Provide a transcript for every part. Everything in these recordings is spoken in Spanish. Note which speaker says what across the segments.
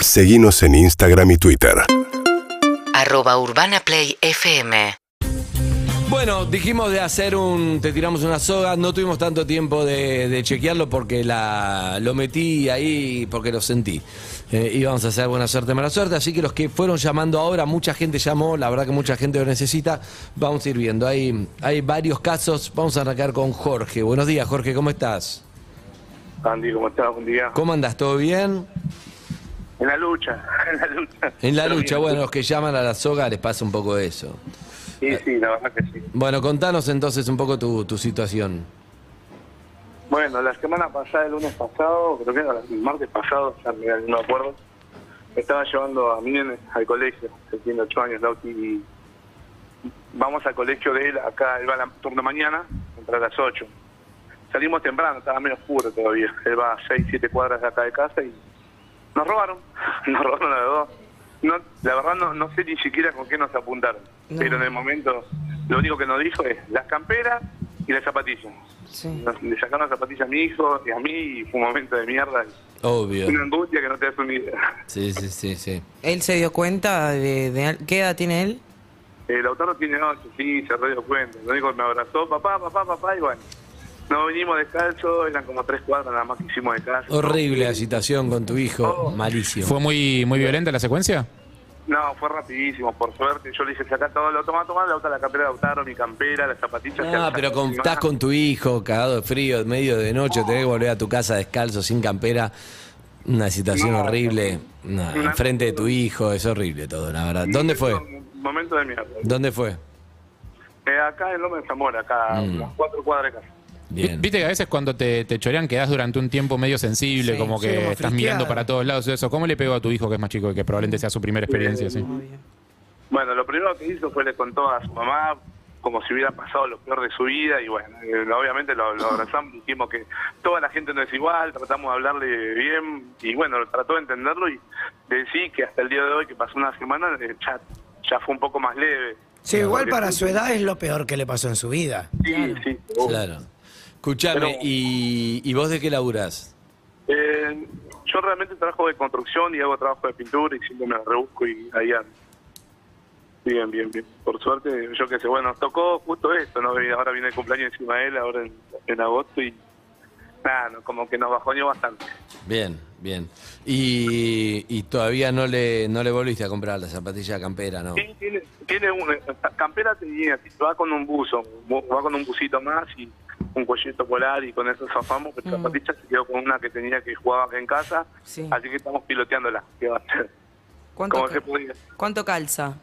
Speaker 1: Seguimos en Instagram y Twitter.
Speaker 2: arroba urbanaplayfm
Speaker 3: Bueno, dijimos de hacer un. Te tiramos una soga. No tuvimos tanto tiempo de, de chequearlo porque la, lo metí ahí porque lo sentí. Eh, íbamos a hacer buena suerte, mala suerte. Así que los que fueron llamando ahora, mucha gente llamó. La verdad que mucha gente lo necesita. Vamos a ir viendo. Hay, hay varios casos. Vamos a arrancar con Jorge. Buenos días, Jorge. ¿Cómo estás?
Speaker 4: Andy, ¿cómo estás? Buen día.
Speaker 3: ¿Cómo andas? ¿Todo bien?
Speaker 4: En la lucha, en la lucha.
Speaker 3: En la
Speaker 4: Pero
Speaker 3: lucha,
Speaker 4: bien.
Speaker 3: bueno, los que llaman a la soga les pasa un poco eso.
Speaker 4: Sí, sí, la verdad que sí.
Speaker 3: Bueno, contanos entonces un poco tu, tu situación.
Speaker 4: Bueno, la semana pasada, el lunes pasado, creo que era el martes pasado, ya me- no me acuerdo, me estaba llevando a mi nene al colegio, que tiene ocho años, Lauti, y vamos al colegio de él, acá, él va a turno mañana, entre las 8. Salimos temprano, estaba menos oscuro todavía, él va a 6, 7 cuadras de acá de casa y nos robaron, nos robaron a los dos. No, la verdad no, no sé ni siquiera con qué nos apuntaron, pero en el momento lo único que nos dijo es las camperas y las zapatillas. Nos- Le sacaron las zapatillas a mi hijo y a mí y fue un momento de mierda.
Speaker 3: Obvio.
Speaker 4: Una angustia que no te das una idea.
Speaker 3: Sí, sí, sí, sí.
Speaker 5: ¿Él se dio cuenta de, de- qué edad tiene él?
Speaker 4: El autor tiene ocho, sí, se re dio cuenta. Lo único que me abrazó, papá, papá, papá, y bueno. No vinimos descalzo, eran como tres cuadras nada más que hicimos descalzo.
Speaker 3: Horrible la situación con tu hijo, malísimo.
Speaker 6: ¿Fue muy, muy violenta la secuencia?
Speaker 4: No, fue rapidísimo, por suerte. Yo le dije, saca todo, lo toma, toma, la otra, la campera de Lautaro, mi campera, las zapatillas. que
Speaker 3: No,
Speaker 4: alzan
Speaker 3: Ah, pero con-
Speaker 4: encima.
Speaker 3: estás con tu hijo, cagado de frío, en medio de noche, tenés que volver a tu casa descalzo, sin campera. Una situación
Speaker 4: No.
Speaker 3: horrible. No,
Speaker 4: Una-
Speaker 3: enfrente de tu hijo, es horrible todo, la verdad. ¿Dónde fue?
Speaker 4: Un Momento de mierda.
Speaker 3: ¿Dónde fue?
Speaker 4: Eh, acá en Loma de Zamora, acá, a
Speaker 3: Mm.
Speaker 4: unas cuatro cuadras de casa.
Speaker 6: Vi-
Speaker 3: Bien.
Speaker 6: Viste que a veces cuando te, te chorean quedás durante un tiempo medio sensible,
Speaker 5: Sí,
Speaker 6: como
Speaker 5: sí,
Speaker 6: que
Speaker 5: como
Speaker 6: estás
Speaker 5: friqueado.
Speaker 6: mirando para todos lados y eso. ¿Cómo le pegó a tu hijo que es más chico y que probablemente sea su primera experiencia? sí?
Speaker 4: Bueno, lo primero que hizo fue le contó a su mamá como si hubiera pasado lo peor de su vida y bueno, eh, obviamente lo, lo abrazamos, dijimos que toda la gente no es igual, tratamos de hablarle bien y bueno, trató de entenderlo y de sí que hasta el día de hoy que pasó una semana eh, ya, ya fue un poco más leve.
Speaker 7: Sí, igual para su edad es lo peor que le pasó en su vida.
Speaker 4: Sí, sí.
Speaker 3: Claro. Escuchame,
Speaker 4: Pero-
Speaker 3: ¿y, ¿y vos de qué laburás?
Speaker 4: Eh, yo realmente trabajo de construcción y hago trabajo de pintura y siempre me rebusco y ahí ando. Bien, bien, bien. Por suerte, yo qué sé, bueno, nos tocó justo esto, ¿no? Y Ahora viene el cumpleaños encima de él, ahora en, en agosto y nada, no, como que nos bajoneó bastante.
Speaker 3: Bien, bien. Y, y todavía no le, no le volviste a comprar la zapatilla campera, ¿no?
Speaker 4: Sí, tiene, tiene un, campera tenía, va con un buzo, va con un busito más y un cuellito polar y con eso zafamos, pero la zapatilla se quedó con una que tenía que jugaba acá en casa,
Speaker 5: Mm. Sí.
Speaker 4: así que estamos piloteándola, ¿qué va a hacer?
Speaker 5: ¿Cuánto,
Speaker 4: Como
Speaker 5: ca-
Speaker 4: se podía.
Speaker 5: cuánto calza?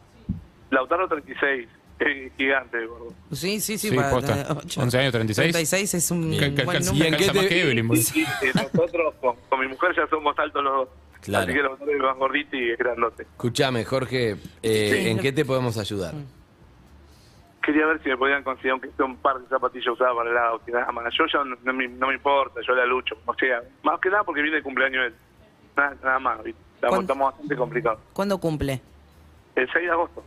Speaker 4: Lautaro 36, eh, gigante, gordo.
Speaker 5: Sí, sí, sí.
Speaker 6: Sí,
Speaker 5: para-
Speaker 6: posta.
Speaker 5: ocho.
Speaker 6: 11 años, 36.
Speaker 5: 36 es
Speaker 6: Que-
Speaker 5: un
Speaker 6: que-
Speaker 5: buen
Speaker 6: que-
Speaker 3: ¿Y
Speaker 5: número.
Speaker 3: en qué
Speaker 6: calza más
Speaker 3: te-
Speaker 6: que Evelyn, boludo.
Speaker 4: Y, eh, nosotros con, con mi mujer ya somos altos los dos.
Speaker 3: Claro.
Speaker 4: Así que los dos más gorditos y grandote.
Speaker 3: Escuchame, Jorge, eh,
Speaker 5: Sí.
Speaker 3: ¿en qué te podemos ayudar?
Speaker 4: Quería ver si me podían conseguir, aunque sea un par de zapatillas usadas para el auto. y Nada más. Yo ya no, no me, no me importa, yo la lucho. O sea, más que nada porque viene el cumpleaños de él. Nada, nada más. ¿viste? Estamos,
Speaker 5: ¿Cuándo?
Speaker 4: estamos bastante complicados.
Speaker 5: ¿Cuándo cumple?
Speaker 4: El 6 de agosto.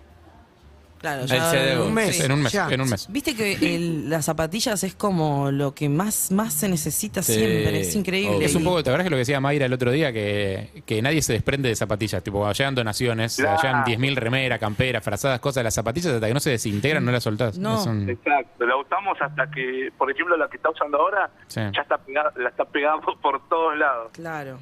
Speaker 5: Claro,
Speaker 3: El CDU.
Speaker 5: sí.
Speaker 7: Un mes.
Speaker 6: En un mes,
Speaker 7: Ya.
Speaker 6: en un mes.
Speaker 5: Viste que el- las zapatillas es como lo que más, más se necesita
Speaker 3: Sí.
Speaker 5: siempre, es increíble.
Speaker 3: Obvio.
Speaker 6: Es un
Speaker 5: Y-
Speaker 6: poco, ¿te acuerdas que lo que decía Mayra el otro día? Que, que nadie se desprende de zapatillas. Tipo, llegan donaciones,
Speaker 4: Claro.
Speaker 6: llegan 10.000 remeras, camperas, frazadas, cosas. Las zapatillas hasta que no se desintegran, no las soltás.
Speaker 5: No.
Speaker 6: Es un-
Speaker 4: Exacto. La usamos hasta que, por ejemplo, la que está usando ahora,
Speaker 6: Sí.
Speaker 4: ya está pegada, la está pegando por todos lados.
Speaker 5: Claro,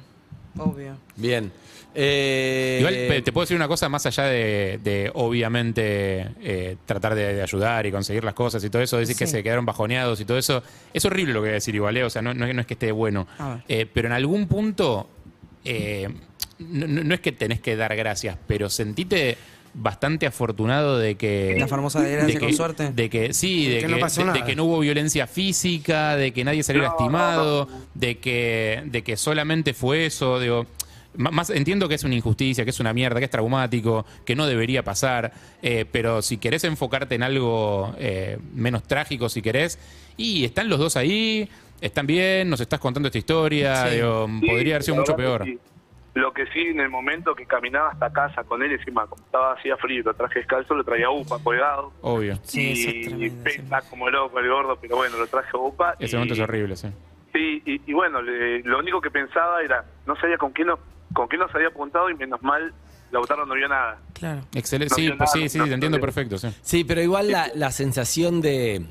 Speaker 5: obvio.
Speaker 3: Bien. Eh,
Speaker 6: Igual pe- te puedo decir una cosa más allá de, de, obviamente eh, tratar de, de ayudar y conseguir las cosas y todo eso, decir que
Speaker 5: Sí.
Speaker 6: se quedaron bajoneados y todo eso. Es horrible lo que voy a decir igual, eh, o sea, no, no es- no es que esté bueno.
Speaker 5: A ver.
Speaker 6: Eh, pero en algún punto, eh, no, no- no es que tenés que dar gracias, pero sentite bastante afortunado de que...
Speaker 5: La famosa
Speaker 6: de
Speaker 5: desgracia con
Speaker 6: que-
Speaker 5: suerte.
Speaker 6: De que sí,
Speaker 7: De
Speaker 6: de
Speaker 7: que
Speaker 6: que,
Speaker 7: no pasó
Speaker 6: de- de
Speaker 7: nada.
Speaker 6: que no hubo violencia física, de que nadie salió
Speaker 4: No,
Speaker 6: lastimado, De, que, de que solamente fue eso. Digo, ma- más, entiendo que es una injusticia, que es una mierda, que es traumático, que no debería pasar, eh, pero si querés enfocarte en algo eh, menos trágico, si querés, y están los dos ahí, están bien, nos estás contando esta historia,
Speaker 5: Sí.
Speaker 6: digo,
Speaker 4: Sí,
Speaker 6: podría haber sido
Speaker 4: la
Speaker 6: mucho
Speaker 4: verdad
Speaker 6: peor.
Speaker 4: que sí. Lo que sí, en el momento que caminaba hasta casa con él, encima, como estaba hacía frío, lo traje descalzo, lo traía UPA colgado.
Speaker 6: Obvio.
Speaker 5: Sí, eso es
Speaker 4: y
Speaker 5: tremendo. sí.
Speaker 4: pesa como loco el gordo, pero bueno, lo traje UPA.
Speaker 3: Eh.
Speaker 6: Ese
Speaker 4: y-
Speaker 6: momento es horrible, sí.
Speaker 4: Sí, y, y bueno, le- lo único que pensaba era, no sabía con quién, nos- con qué nos había apuntado y menos mal Lautaro no vio nada.
Speaker 5: Claro.
Speaker 6: Excelente.
Speaker 4: No
Speaker 6: Sí,
Speaker 4: vio
Speaker 6: pues
Speaker 4: nada,
Speaker 6: sí, sí,
Speaker 4: no
Speaker 6: te entiendo
Speaker 4: vio.
Speaker 6: perfecto. Sí.
Speaker 3: Sí, pero igual la, la sensación de.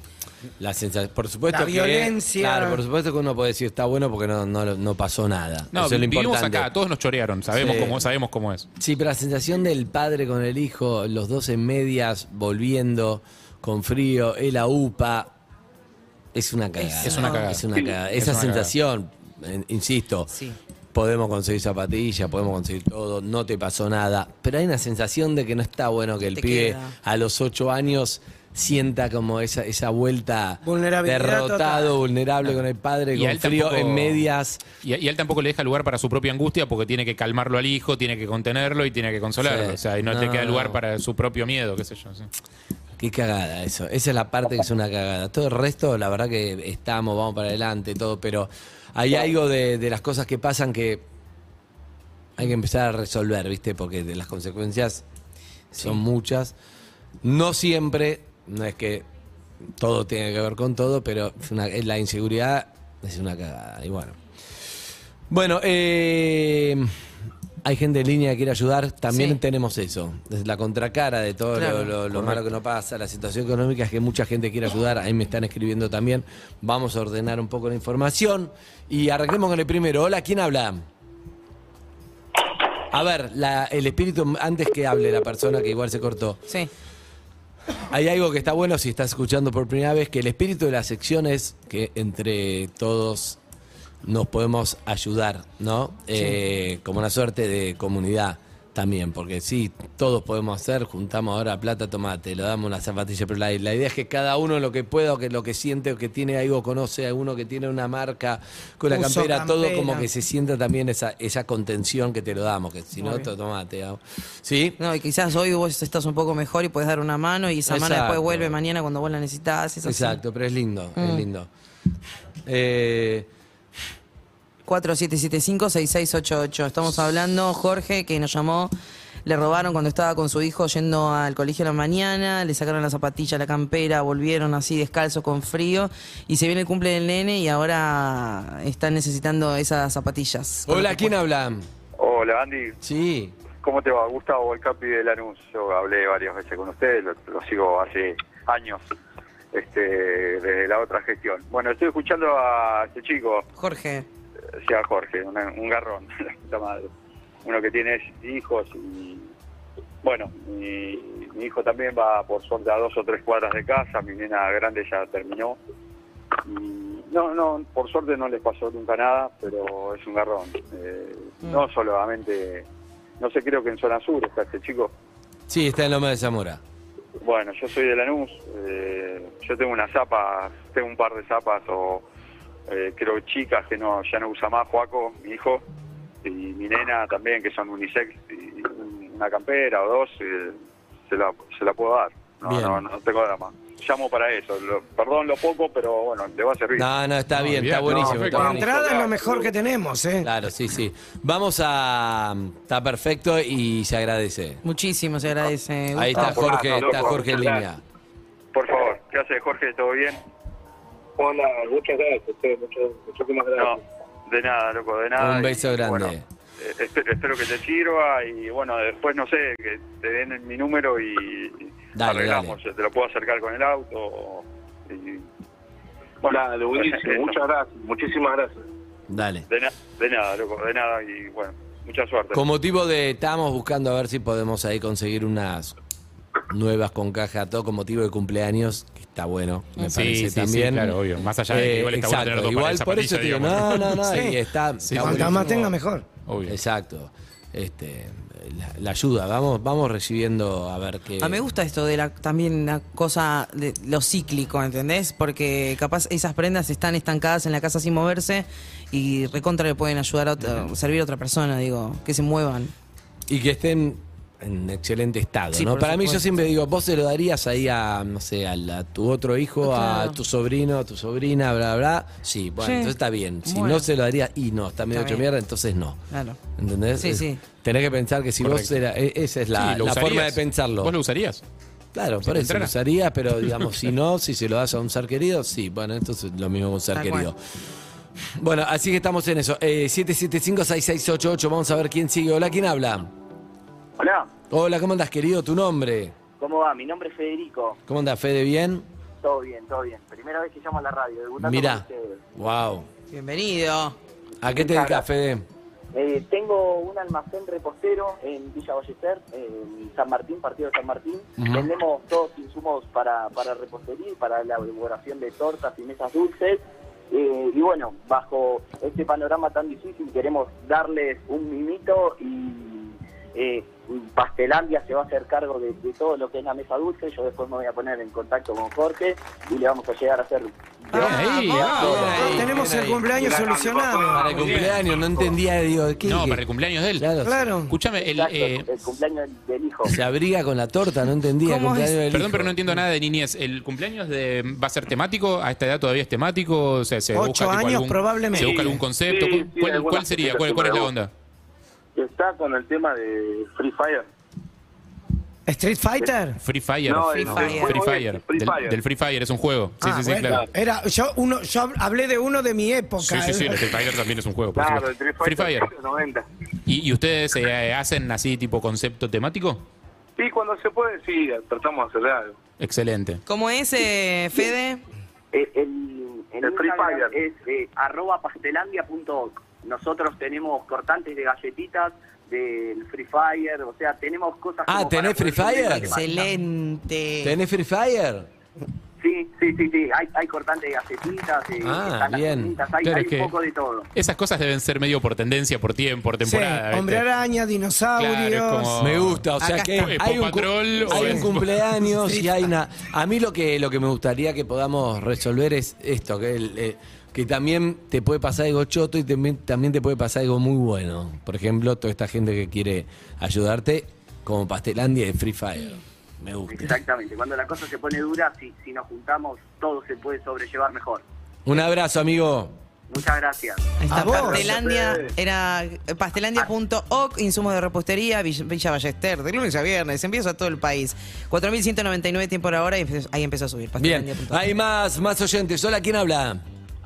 Speaker 3: La sensa- por supuesto
Speaker 7: La
Speaker 3: que,
Speaker 7: violencia.
Speaker 3: Claro, por supuesto que uno puede decir está bueno porque no, no, no pasó nada.
Speaker 6: No,
Speaker 3: Eso es lo
Speaker 6: vivimos
Speaker 3: importante.
Speaker 6: acá, todos nos chorearon, sabemos,
Speaker 3: Sí.
Speaker 6: cómo, sabemos cómo es.
Speaker 3: Sí, pero la sensación del padre con el hijo, los dos en medias, volviendo, con frío, él a UPA, es una cagada.
Speaker 6: Es una cagada.
Speaker 3: Es una cagada.
Speaker 6: Es
Speaker 3: Esa
Speaker 6: una cagada.
Speaker 3: sensación, eh, insisto,
Speaker 5: Sí.
Speaker 3: podemos conseguir zapatillas, podemos conseguir todo, no te pasó nada, pero hay una sensación de que no está bueno que el
Speaker 5: Te
Speaker 3: pibe
Speaker 5: queda.
Speaker 3: a los ocho años sienta como esa, esa vuelta
Speaker 7: Vulnerabilidad
Speaker 3: derrotado,
Speaker 7: total.
Speaker 3: vulnerable con el padre,
Speaker 6: Y a
Speaker 3: con
Speaker 6: él
Speaker 3: frío
Speaker 6: tampoco-
Speaker 3: en medias.
Speaker 6: Y, y a él tampoco le deja lugar para su propia angustia porque tiene que calmarlo al hijo, tiene que contenerlo y tiene que consolarlo.
Speaker 3: Sí.
Speaker 6: O sea, y no,
Speaker 3: No,
Speaker 6: te queda
Speaker 3: no.
Speaker 6: lugar para su propio miedo, qué sé yo. sí.
Speaker 3: Qué cagada eso. Esa es la parte que es una cagada. Todo el resto, la verdad que estamos, vamos para adelante, todo, pero hay algo de, de las cosas que pasan que hay que empezar a resolver, ¿viste? Porque de las consecuencias son muchas. No siempre, no es que todo tiene que ver con todo, pero es una- es la inseguridad es una cagada. Y bueno. Bueno, eh, hay gente en línea que quiere ayudar. También
Speaker 5: Sí.
Speaker 3: tenemos eso. Es la contracara de todo
Speaker 5: Claro.
Speaker 3: lo, lo- lo malo que no pasa. La situación económica es que mucha gente quiere ayudar. Ahí me están escribiendo también. Vamos a ordenar un poco la información. Y arranquemos con el primero. Hola, ¿quién habla? A ver, la- el espíritu, antes que hable la persona que igual se cortó.
Speaker 5: Sí.
Speaker 3: Hay algo que está bueno si estás escuchando por primera vez, que el espíritu de la sección es que entre todos nos podemos ayudar, ¿no? Eh, como una suerte de comunidad también, porque sí, todos podemos hacer, juntamos ahora plata, tomate, lo damos una zapatilla, pero la, la idea es que cada uno lo que pueda, o que lo que siente, o que tiene algo, conoce a uno que tiene una marca con la
Speaker 7: Puso
Speaker 3: campera, todo
Speaker 7: campera.
Speaker 3: como que se sienta también esa, esa contención que te lo damos, que si no, to- tomate. ah. ¿Sí?
Speaker 5: No, y quizás hoy vos estás un poco mejor y puedes dar una mano y esa mano después
Speaker 3: Exacto.
Speaker 5: vuelve mañana cuando vos la necesitas. Es así.
Speaker 3: Exacto, pero es lindo, es
Speaker 5: Mm.
Speaker 3: lindo. Eh,
Speaker 5: 4775-6688. Estamos hablando, Jorge, que nos llamó. Le robaron cuando estaba con su hijo yendo al colegio a la mañana, le sacaron la zapatilla, la campera, volvieron así descalzo con frío y se viene el cumple del nene y ahora están necesitando esas zapatillas.
Speaker 3: hola, ¿quién habla?
Speaker 8: Hola Andy,
Speaker 3: Sí.
Speaker 8: ¿cómo te va? Gustavo, el capi de Lanús. Yo hablé varias veces con ustedes, lo, lo sigo hace años, este, desde la otra gestión. Bueno, estoy escuchando a este chico,
Speaker 5: Jorge,
Speaker 8: eh, sea Jorge, una- un garrón, la puta madre. Uno que tiene hijos y, bueno, mi, mi hijo también va por suerte a dos o tres cuadras de casa, mi nena grande ya terminó. Y No, no, por suerte no les pasó nunca nada, pero es un garrón. Eh, No solamente, no sé, creo que en zona sur está este chico.
Speaker 3: Sí, está en Loma de Zamora.
Speaker 8: Bueno, yo soy de Lanús, eh, yo tengo unas zapas, tengo un par de zapas o eh, creo chicas que no ya no usa más Joaco, mi hijo, y mi nena también, que son unisex, y un- una campera o dos, eh, se, la, se la puedo dar. No,
Speaker 3: Bien.
Speaker 8: no, no tengo drama. Llamo para eso, lo- perdón lo poco, pero bueno, le va a servir.
Speaker 3: No, no, está
Speaker 6: No,
Speaker 3: bien,
Speaker 6: olvidate,
Speaker 3: está buenísimo.
Speaker 6: no, perfecto.
Speaker 3: está
Speaker 7: La
Speaker 3: buenísimo.
Speaker 7: entrada es lo mejor que tenemos, ¿eh?
Speaker 3: Claro, sí, sí. Vamos a... Está perfecto y se agradece.
Speaker 5: muchísimo se agradece.
Speaker 3: Ahí está
Speaker 5: Gustavo.
Speaker 3: Jorge, está
Speaker 8: loco,
Speaker 3: Jorge en
Speaker 8: claro.
Speaker 3: línea.
Speaker 8: Por favor, ¿qué hace Jorge? ¿Todo bien?
Speaker 4: Hola, muchas gracias, che, muchas, muchísimas
Speaker 8: No,
Speaker 4: gracias.
Speaker 8: de nada, loco, de nada.
Speaker 3: Un beso
Speaker 8: Y,
Speaker 3: grande.
Speaker 8: bueno, eh, espe- espero, que te sirva y bueno, después no sé, que te den mi número y
Speaker 3: Dale,
Speaker 8: arreglamos. Te lo puedo acercar con el auto. o- y-
Speaker 4: Nada, lo buenísimo,
Speaker 8: eso.
Speaker 4: muchas gracias, muchísimas gracias.
Speaker 3: Dale.
Speaker 8: De, na- de nada, loco, de nada y bueno, mucha suerte.
Speaker 3: Con motivo de... Estábamos buscando a ver si podemos ahí conseguir unas nuevas con caja, todo con motivo de cumpleaños, que está bueno, me
Speaker 6: Sí,
Speaker 3: parece
Speaker 6: sí, sí,
Speaker 3: también. Eh,
Speaker 6: claro, obvio. Más allá de que igual está bueno tener dos
Speaker 3: igual
Speaker 6: pares de
Speaker 3: por eso te digo, no,
Speaker 6: zapatillas,
Speaker 3: no, no,
Speaker 7: Sí.
Speaker 3: y está,
Speaker 6: Sí,
Speaker 3: está
Speaker 7: Cuantas más
Speaker 3: buenísimo.
Speaker 7: tenga, mejor.
Speaker 6: Obvio.
Speaker 3: Exacto. Este, la, la ayuda, vamos, vamos recibiendo a ver qué.
Speaker 5: Ah, me gusta esto de la también la cosa de lo cíclico, ¿entendés? Porque capaz esas prendas están estancadas en la casa sin moverse y recontra le pueden ayudar a otra- servir a otra persona, digo, que se muevan.
Speaker 3: Y que estén en excelente estado,
Speaker 5: Sí,
Speaker 3: ¿no?
Speaker 5: por
Speaker 3: Para mí yo
Speaker 5: supuesto.
Speaker 3: siempre digo, vos se lo darías ahí a, no sé, al- a, tu otro hijo,
Speaker 5: Claro.
Speaker 3: a tu sobrino, a tu sobrina, bla, bla. Sí, bueno,
Speaker 5: Sí.
Speaker 3: entonces está bien. Si
Speaker 5: Bueno.
Speaker 3: no se lo darías y no, está medio
Speaker 5: Está
Speaker 3: hecho
Speaker 5: bien.
Speaker 3: mierda, entonces no.
Speaker 5: Claro.
Speaker 3: ¿Entendés?
Speaker 5: Sí,
Speaker 3: Es-
Speaker 5: sí.
Speaker 3: Tenés que pensar que si vos
Speaker 6: Correcto.
Speaker 3: era, e- esa es la,
Speaker 6: Sí, lo
Speaker 3: la forma de
Speaker 6: usarías.
Speaker 3: pensarlo.
Speaker 6: ¿Vos lo usarías?
Speaker 3: Claro,
Speaker 6: Si
Speaker 3: por
Speaker 6: te
Speaker 3: eso lo
Speaker 6: entrara.
Speaker 3: usaría, pero digamos, si no, si se lo das a un ser querido, sí, bueno, entonces lo mismo que un ser
Speaker 5: Tal
Speaker 3: querido. Bueno, así que estamos en eso. Eh, 775-6688, vamos a ver quién sigue. Hola, ¿quién habla?
Speaker 9: Hola,
Speaker 3: Hola, ¿cómo andas, querido? ¿Tu nombre?
Speaker 9: ¿cómo va? Mi nombre es Federico.
Speaker 3: ¿Cómo andas, Fede? ¿Bien?
Speaker 9: Todo bien, todo bien. Primera vez que llamo a la radio. debutando
Speaker 3: Mirá.
Speaker 9: con ustedes.
Speaker 3: Wow.
Speaker 5: Bienvenido.
Speaker 3: ¿A qué te dedicas, Fede?
Speaker 9: Eh, tengo un almacén repostero en Villa Ballester, en San Martín, partido de San Martín.
Speaker 3: Ujú.
Speaker 9: Vendemos todos insumos para, para repostería, y para la elaboración de tortas y mesas dulces. Eh, y bueno, bajo este panorama tan difícil queremos darles un mimito y eh, Pastelandia se va a hacer cargo de, de todo lo que es la mesa dulce. Yo después me voy a poner en contacto con Jorge y le vamos a llegar a hacer...
Speaker 6: ahí,
Speaker 3: ah,
Speaker 7: Ah,
Speaker 3: ahí,
Speaker 7: tenemos
Speaker 3: bien
Speaker 7: el
Speaker 3: ahí.
Speaker 7: cumpleaños
Speaker 3: Para el
Speaker 7: solucionado.
Speaker 3: cumpleaños, no entendía, digo, ¿qué?
Speaker 6: No,
Speaker 3: qué?
Speaker 6: para el cumpleaños de él.
Speaker 3: Claro,
Speaker 7: Claro.
Speaker 6: Escúchame, el,
Speaker 9: Exacto,
Speaker 6: eh,
Speaker 9: el cumpleaños del- del hijo.
Speaker 3: Se abriga con la torta, no entendía.
Speaker 5: ¿Cómo
Speaker 3: cumpleaños
Speaker 5: es?
Speaker 3: del
Speaker 6: perdón,
Speaker 3: hijo.
Speaker 6: pero no entiendo nada de niñez. ¿El cumpleaños de, va a ser temático? ¿A esta edad todavía es temático? O sea, ¿se
Speaker 7: Ocho
Speaker 6: busca, tipo,
Speaker 7: años,
Speaker 6: algún,
Speaker 7: probablemente.
Speaker 6: ¿Se busca algún
Speaker 7: Sí,
Speaker 6: concepto?
Speaker 4: sí,
Speaker 6: ¿Cuál-
Speaker 4: sí,
Speaker 6: ¿Cuál,
Speaker 4: algunas
Speaker 6: cuál sería?
Speaker 4: cositas
Speaker 6: ¿Cuál, cuál es la onda?
Speaker 4: Está con el tema de Free Fire.
Speaker 7: ¿Street Fighter?
Speaker 6: Free Fire.
Speaker 4: No,
Speaker 5: Free
Speaker 4: el- el
Speaker 5: Fire.
Speaker 4: juego
Speaker 6: Free
Speaker 4: es
Speaker 6: Fire.
Speaker 4: Free
Speaker 6: Del,
Speaker 4: Fire.
Speaker 6: del Free Fire es un juego. Sí,
Speaker 7: Ah,
Speaker 6: sí, sí,
Speaker 7: bueno.
Speaker 6: claro.
Speaker 7: Era, yo, uno, yo hablé de uno de mi época.
Speaker 6: Sí, sí, este sí,
Speaker 7: ¿eh?
Speaker 6: el Free Fire también es un juego. por
Speaker 4: Claro,
Speaker 6: supuesto.
Speaker 4: el Free Fire.
Speaker 6: Fire.
Speaker 4: 90.
Speaker 6: ¿Y, y ustedes eh, hacen así tipo concepto temático?
Speaker 4: Y cuando se puede, sí, tratamos de hacer algo.
Speaker 6: Excelente.
Speaker 5: ¿Cómo es, eh, Fede?
Speaker 9: Eh, el, el
Speaker 4: El Free
Speaker 9: Instagram
Speaker 4: Fire.
Speaker 9: es eh, arroba pastelandia.org. Nosotros tenemos cortantes de galletitas, del Free Fire, o sea, tenemos cosas
Speaker 3: Ah,
Speaker 9: como
Speaker 3: ¿tenés
Speaker 9: para poder
Speaker 3: Free Fire?
Speaker 9: consumir.
Speaker 5: Excelente.
Speaker 3: ¿Tenés Free Fire?
Speaker 9: Sí, sí, sí, sí. Hay, hay cortantes de galletitas, eh,
Speaker 3: Ah,
Speaker 9: están las
Speaker 3: bien.
Speaker 9: cositas, hay,
Speaker 6: Claro,
Speaker 9: hay
Speaker 6: es que-
Speaker 9: un poco de todo.
Speaker 6: Esas cosas deben ser medio por tendencia, por tiempo, por
Speaker 7: Sí,
Speaker 6: temporada. ¿viste?
Speaker 7: hombre araña, dinosaurios.
Speaker 6: Claro, es como-
Speaker 3: Me gusta, o sea
Speaker 5: Acá
Speaker 3: que
Speaker 6: está.
Speaker 3: hay un,
Speaker 6: Paw Patrol
Speaker 3: cu-
Speaker 6: o
Speaker 3: hay un
Speaker 6: es-
Speaker 3: cumpleaños y hay una... A mí lo que, lo que me gustaría que podamos resolver es esto, que, el, eh, que también te puede pasar algo choto y también, también te puede pasar algo muy bueno. Por ejemplo, toda esta gente que quiere ayudarte como Pastelandia de Free Fire. Me gusta.
Speaker 9: Exactamente. Cuando la cosa se pone dura, si, si nos juntamos, todo se puede sobrellevar mejor.
Speaker 3: Un abrazo, amigo.
Speaker 9: Muchas gracias.
Speaker 5: Ahí
Speaker 7: A
Speaker 5: está,
Speaker 7: vos.
Speaker 5: Pastelandia, era pastelandia.org, insumos de repostería, Villa Villa Ballester, de lunes a viernes, envíos a todo el país. 4.199 tiempo la hora y empe- ahí empezó a subir.
Speaker 3: Bien,
Speaker 5: pastelandia.org.
Speaker 3: hay más, más oyentes. Hola, ¿quién habla?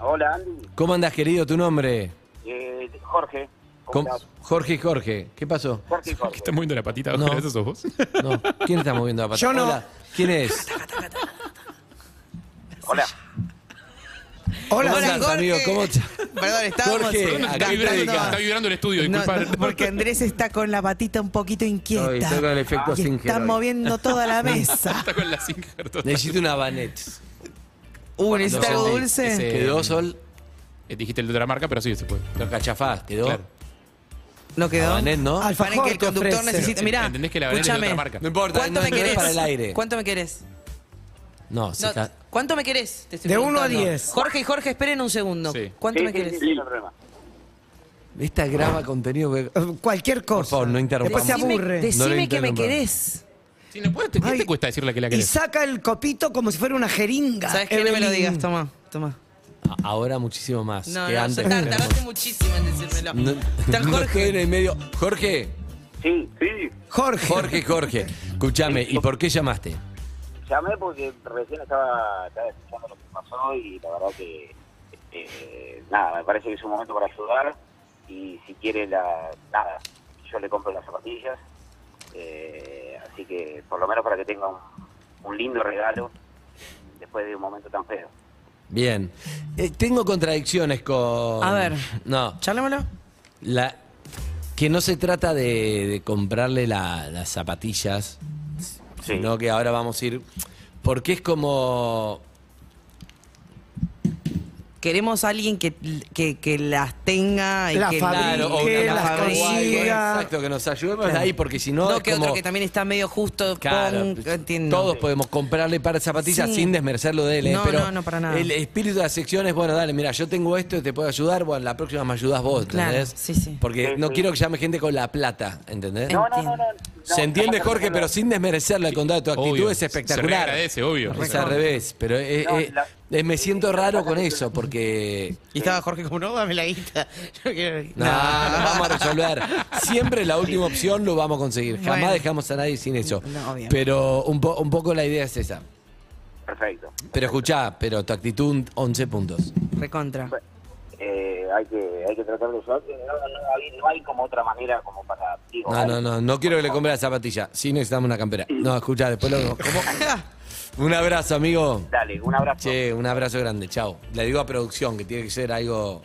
Speaker 9: Hola, Andy.
Speaker 3: ¿Cómo andas, querido? ¿Tu nombre?
Speaker 1: Eh,
Speaker 9: Jorge.
Speaker 3: Com- Jorge y Jorge. ¿Qué pasó?
Speaker 9: Jorge, Jorge.
Speaker 6: ¿Estás moviendo la patita?
Speaker 3: No.
Speaker 6: ¿Eso sos vos?
Speaker 3: No. ¿Quién está moviendo la pata?
Speaker 7: Yo no.
Speaker 3: Hola, ¿Quién es?
Speaker 9: Hola.
Speaker 7: Hola,
Speaker 3: Hola,
Speaker 7: sí.
Speaker 3: Jorge. amigo, ¿cómo te-
Speaker 5: Perdón, estábamos
Speaker 3: Jorge,
Speaker 5: cantando-
Speaker 3: ¿a
Speaker 6: Está
Speaker 3: qué te
Speaker 6: vibrando,
Speaker 3: dedicas?
Speaker 6: está vibrando el estudio,
Speaker 5: No,
Speaker 6: disculpa.
Speaker 5: no, porque Andrés está con la patita un poquito inquieta.
Speaker 3: Estoy- estoy con el efecto
Speaker 5: y
Speaker 3: Singer
Speaker 5: está
Speaker 3: hoy.
Speaker 5: moviendo toda la mesa.
Speaker 6: Está con la Singer total.
Speaker 3: Necesito una banet.
Speaker 5: Uh, ¿necesita
Speaker 3: Lo
Speaker 5: algo
Speaker 3: sentí.
Speaker 5: dulce?
Speaker 6: Ese-
Speaker 3: Quedó sol,
Speaker 6: Eh, Dijiste el de otra marca, pero sí, se puede.
Speaker 3: lo cachafás, quedó.
Speaker 6: Claro.
Speaker 5: ¿No quedó?
Speaker 3: Banet, ¿no?
Speaker 7: Alfa-
Speaker 5: Para que el
Speaker 7: Alfajor te
Speaker 5: conductor
Speaker 7: ofrece.
Speaker 5: necesite. Mirá,
Speaker 6: Entendés que la Banet es de
Speaker 5: escúchame.
Speaker 6: otra marca.
Speaker 3: No importa,
Speaker 5: ¿Cuánto
Speaker 3: no-
Speaker 5: me
Speaker 3: no es
Speaker 5: querés?
Speaker 3: para el aire.
Speaker 5: ¿Cuánto me querés?
Speaker 3: No, se
Speaker 5: No,
Speaker 3: está-
Speaker 5: ¿Cuánto me querés? Te estoy
Speaker 7: De uno a
Speaker 5: preguntando.
Speaker 7: diez.
Speaker 5: Jorge y Jorge, esperen un segundo.
Speaker 6: Sí.
Speaker 5: ¿Cuánto
Speaker 9: Sí,
Speaker 5: me
Speaker 9: sí,
Speaker 5: querés?
Speaker 9: sí, sí, no hay problema.
Speaker 3: Esta
Speaker 5: Ah.
Speaker 3: graba contenido que.
Speaker 7: Eh, Cualquier cosa.
Speaker 3: favor, no interrumpamos.
Speaker 7: Después se aburre.
Speaker 5: Decime
Speaker 3: No lo
Speaker 5: que me
Speaker 3: interrumpa.
Speaker 5: querés.
Speaker 6: Si no puedes, ¿qué
Speaker 7: Ay.
Speaker 6: te cuesta decirle que la
Speaker 7: Y
Speaker 6: querés?
Speaker 7: saca el copito como si fuera una jeringa.
Speaker 5: ¿Sabes qué? No me lo
Speaker 7: Evelyn.
Speaker 5: digas, toma, toma.
Speaker 3: A- Ahora muchísimo más
Speaker 5: No,
Speaker 3: que
Speaker 5: no,
Speaker 3: antes.
Speaker 5: tar- tardaste muchísimo en decírmelo.
Speaker 3: No-
Speaker 5: Tal
Speaker 3: no estoy
Speaker 5: Jorge.
Speaker 3: en el medio. Jorge,
Speaker 9: Sí,
Speaker 4: Sí,
Speaker 7: Jorge.
Speaker 3: Jorge, Jorge. Escúchame, ¿y por qué llamaste?
Speaker 9: Eh, Llamé porque recién estaba, estaba escuchando lo que pasó y la verdad que, eh, nada, me parece que es un momento para ayudar y si quiere, la, nada, yo le compro las zapatillas, eh, así que por lo menos para que tenga un, un lindo regalo después de un momento tan feo.
Speaker 3: Bien. Eh, tengo contradicciones con.
Speaker 5: A ver.
Speaker 3: No.
Speaker 5: Charlémoslo.
Speaker 3: La, que no se trata de, de comprarle la- las zapatillas,
Speaker 9: Sí.
Speaker 3: sino que ahora vamos a ir. Porque es como.
Speaker 5: Queremos a alguien que, que, que las tenga y
Speaker 7: La
Speaker 5: que
Speaker 7: fabrique,
Speaker 3: Claro, o
Speaker 5: que
Speaker 3: una
Speaker 5: las
Speaker 3: marca o algo,
Speaker 5: fabrique.
Speaker 7: consiga.
Speaker 3: Exacto, que nos ayudemos
Speaker 5: Claro.
Speaker 3: ahí, porque si no.
Speaker 5: No,
Speaker 3: es
Speaker 5: que
Speaker 3: como,
Speaker 5: otro que también está medio justo.
Speaker 3: Claro, pues,
Speaker 5: pon- entiendo.
Speaker 3: todos podemos comprarle para zapatillas
Speaker 5: Sí.
Speaker 3: sin desmerecerlo de él, ¿eh?
Speaker 5: No,
Speaker 3: pero
Speaker 5: no, no, para nada.
Speaker 3: el espíritu de la sección es, bueno, dale, mira, yo tengo esto, te puedo ayudar, bueno, la próxima me ayudas vos,
Speaker 5: Claro,
Speaker 3: ¿entendés?
Speaker 5: sí, sí.
Speaker 3: Porque
Speaker 9: Sí,
Speaker 3: no
Speaker 9: sí.
Speaker 3: quiero que llame gente con la plata, ¿entendés?
Speaker 5: No,
Speaker 3: Se entiende, Jorge, pero sin desmerecerlo, al contrario, tu actitud
Speaker 6: Obvio.
Speaker 3: es
Speaker 6: Se
Speaker 3: espectacular.
Speaker 6: agradece, obvio.
Speaker 3: Es al revés, pero eh,
Speaker 9: No,
Speaker 3: eh,
Speaker 9: la-
Speaker 3: eh, me siento raro con eso, porque...
Speaker 5: Y estaba Jorge como, no, dame la guita. Yo quiero-
Speaker 3: No, no vamos a resolver. Siempre la última opción lo vamos a conseguir. Jamás
Speaker 5: Bueno.
Speaker 3: dejamos a nadie sin eso.
Speaker 5: No, obvio.
Speaker 3: pero un, po- un poco la idea es esa.
Speaker 9: Perfecto.
Speaker 3: Pero escuchá, pero tu actitud 11 puntos.
Speaker 5: Recontra.
Speaker 9: eh, hay que hay que tratar de usar. No, no hay, no hay como otra manera como para... digo,
Speaker 3: No, no, no, no quiero que le compre la zapatilla. Sí, necesitamos una campera. No, escucha, después lo. ¿Cómo? Un abrazo, amigo.
Speaker 9: Dale, un abrazo.
Speaker 3: Che, un abrazo grande, chao. Le digo a producción que tiene que ser algo.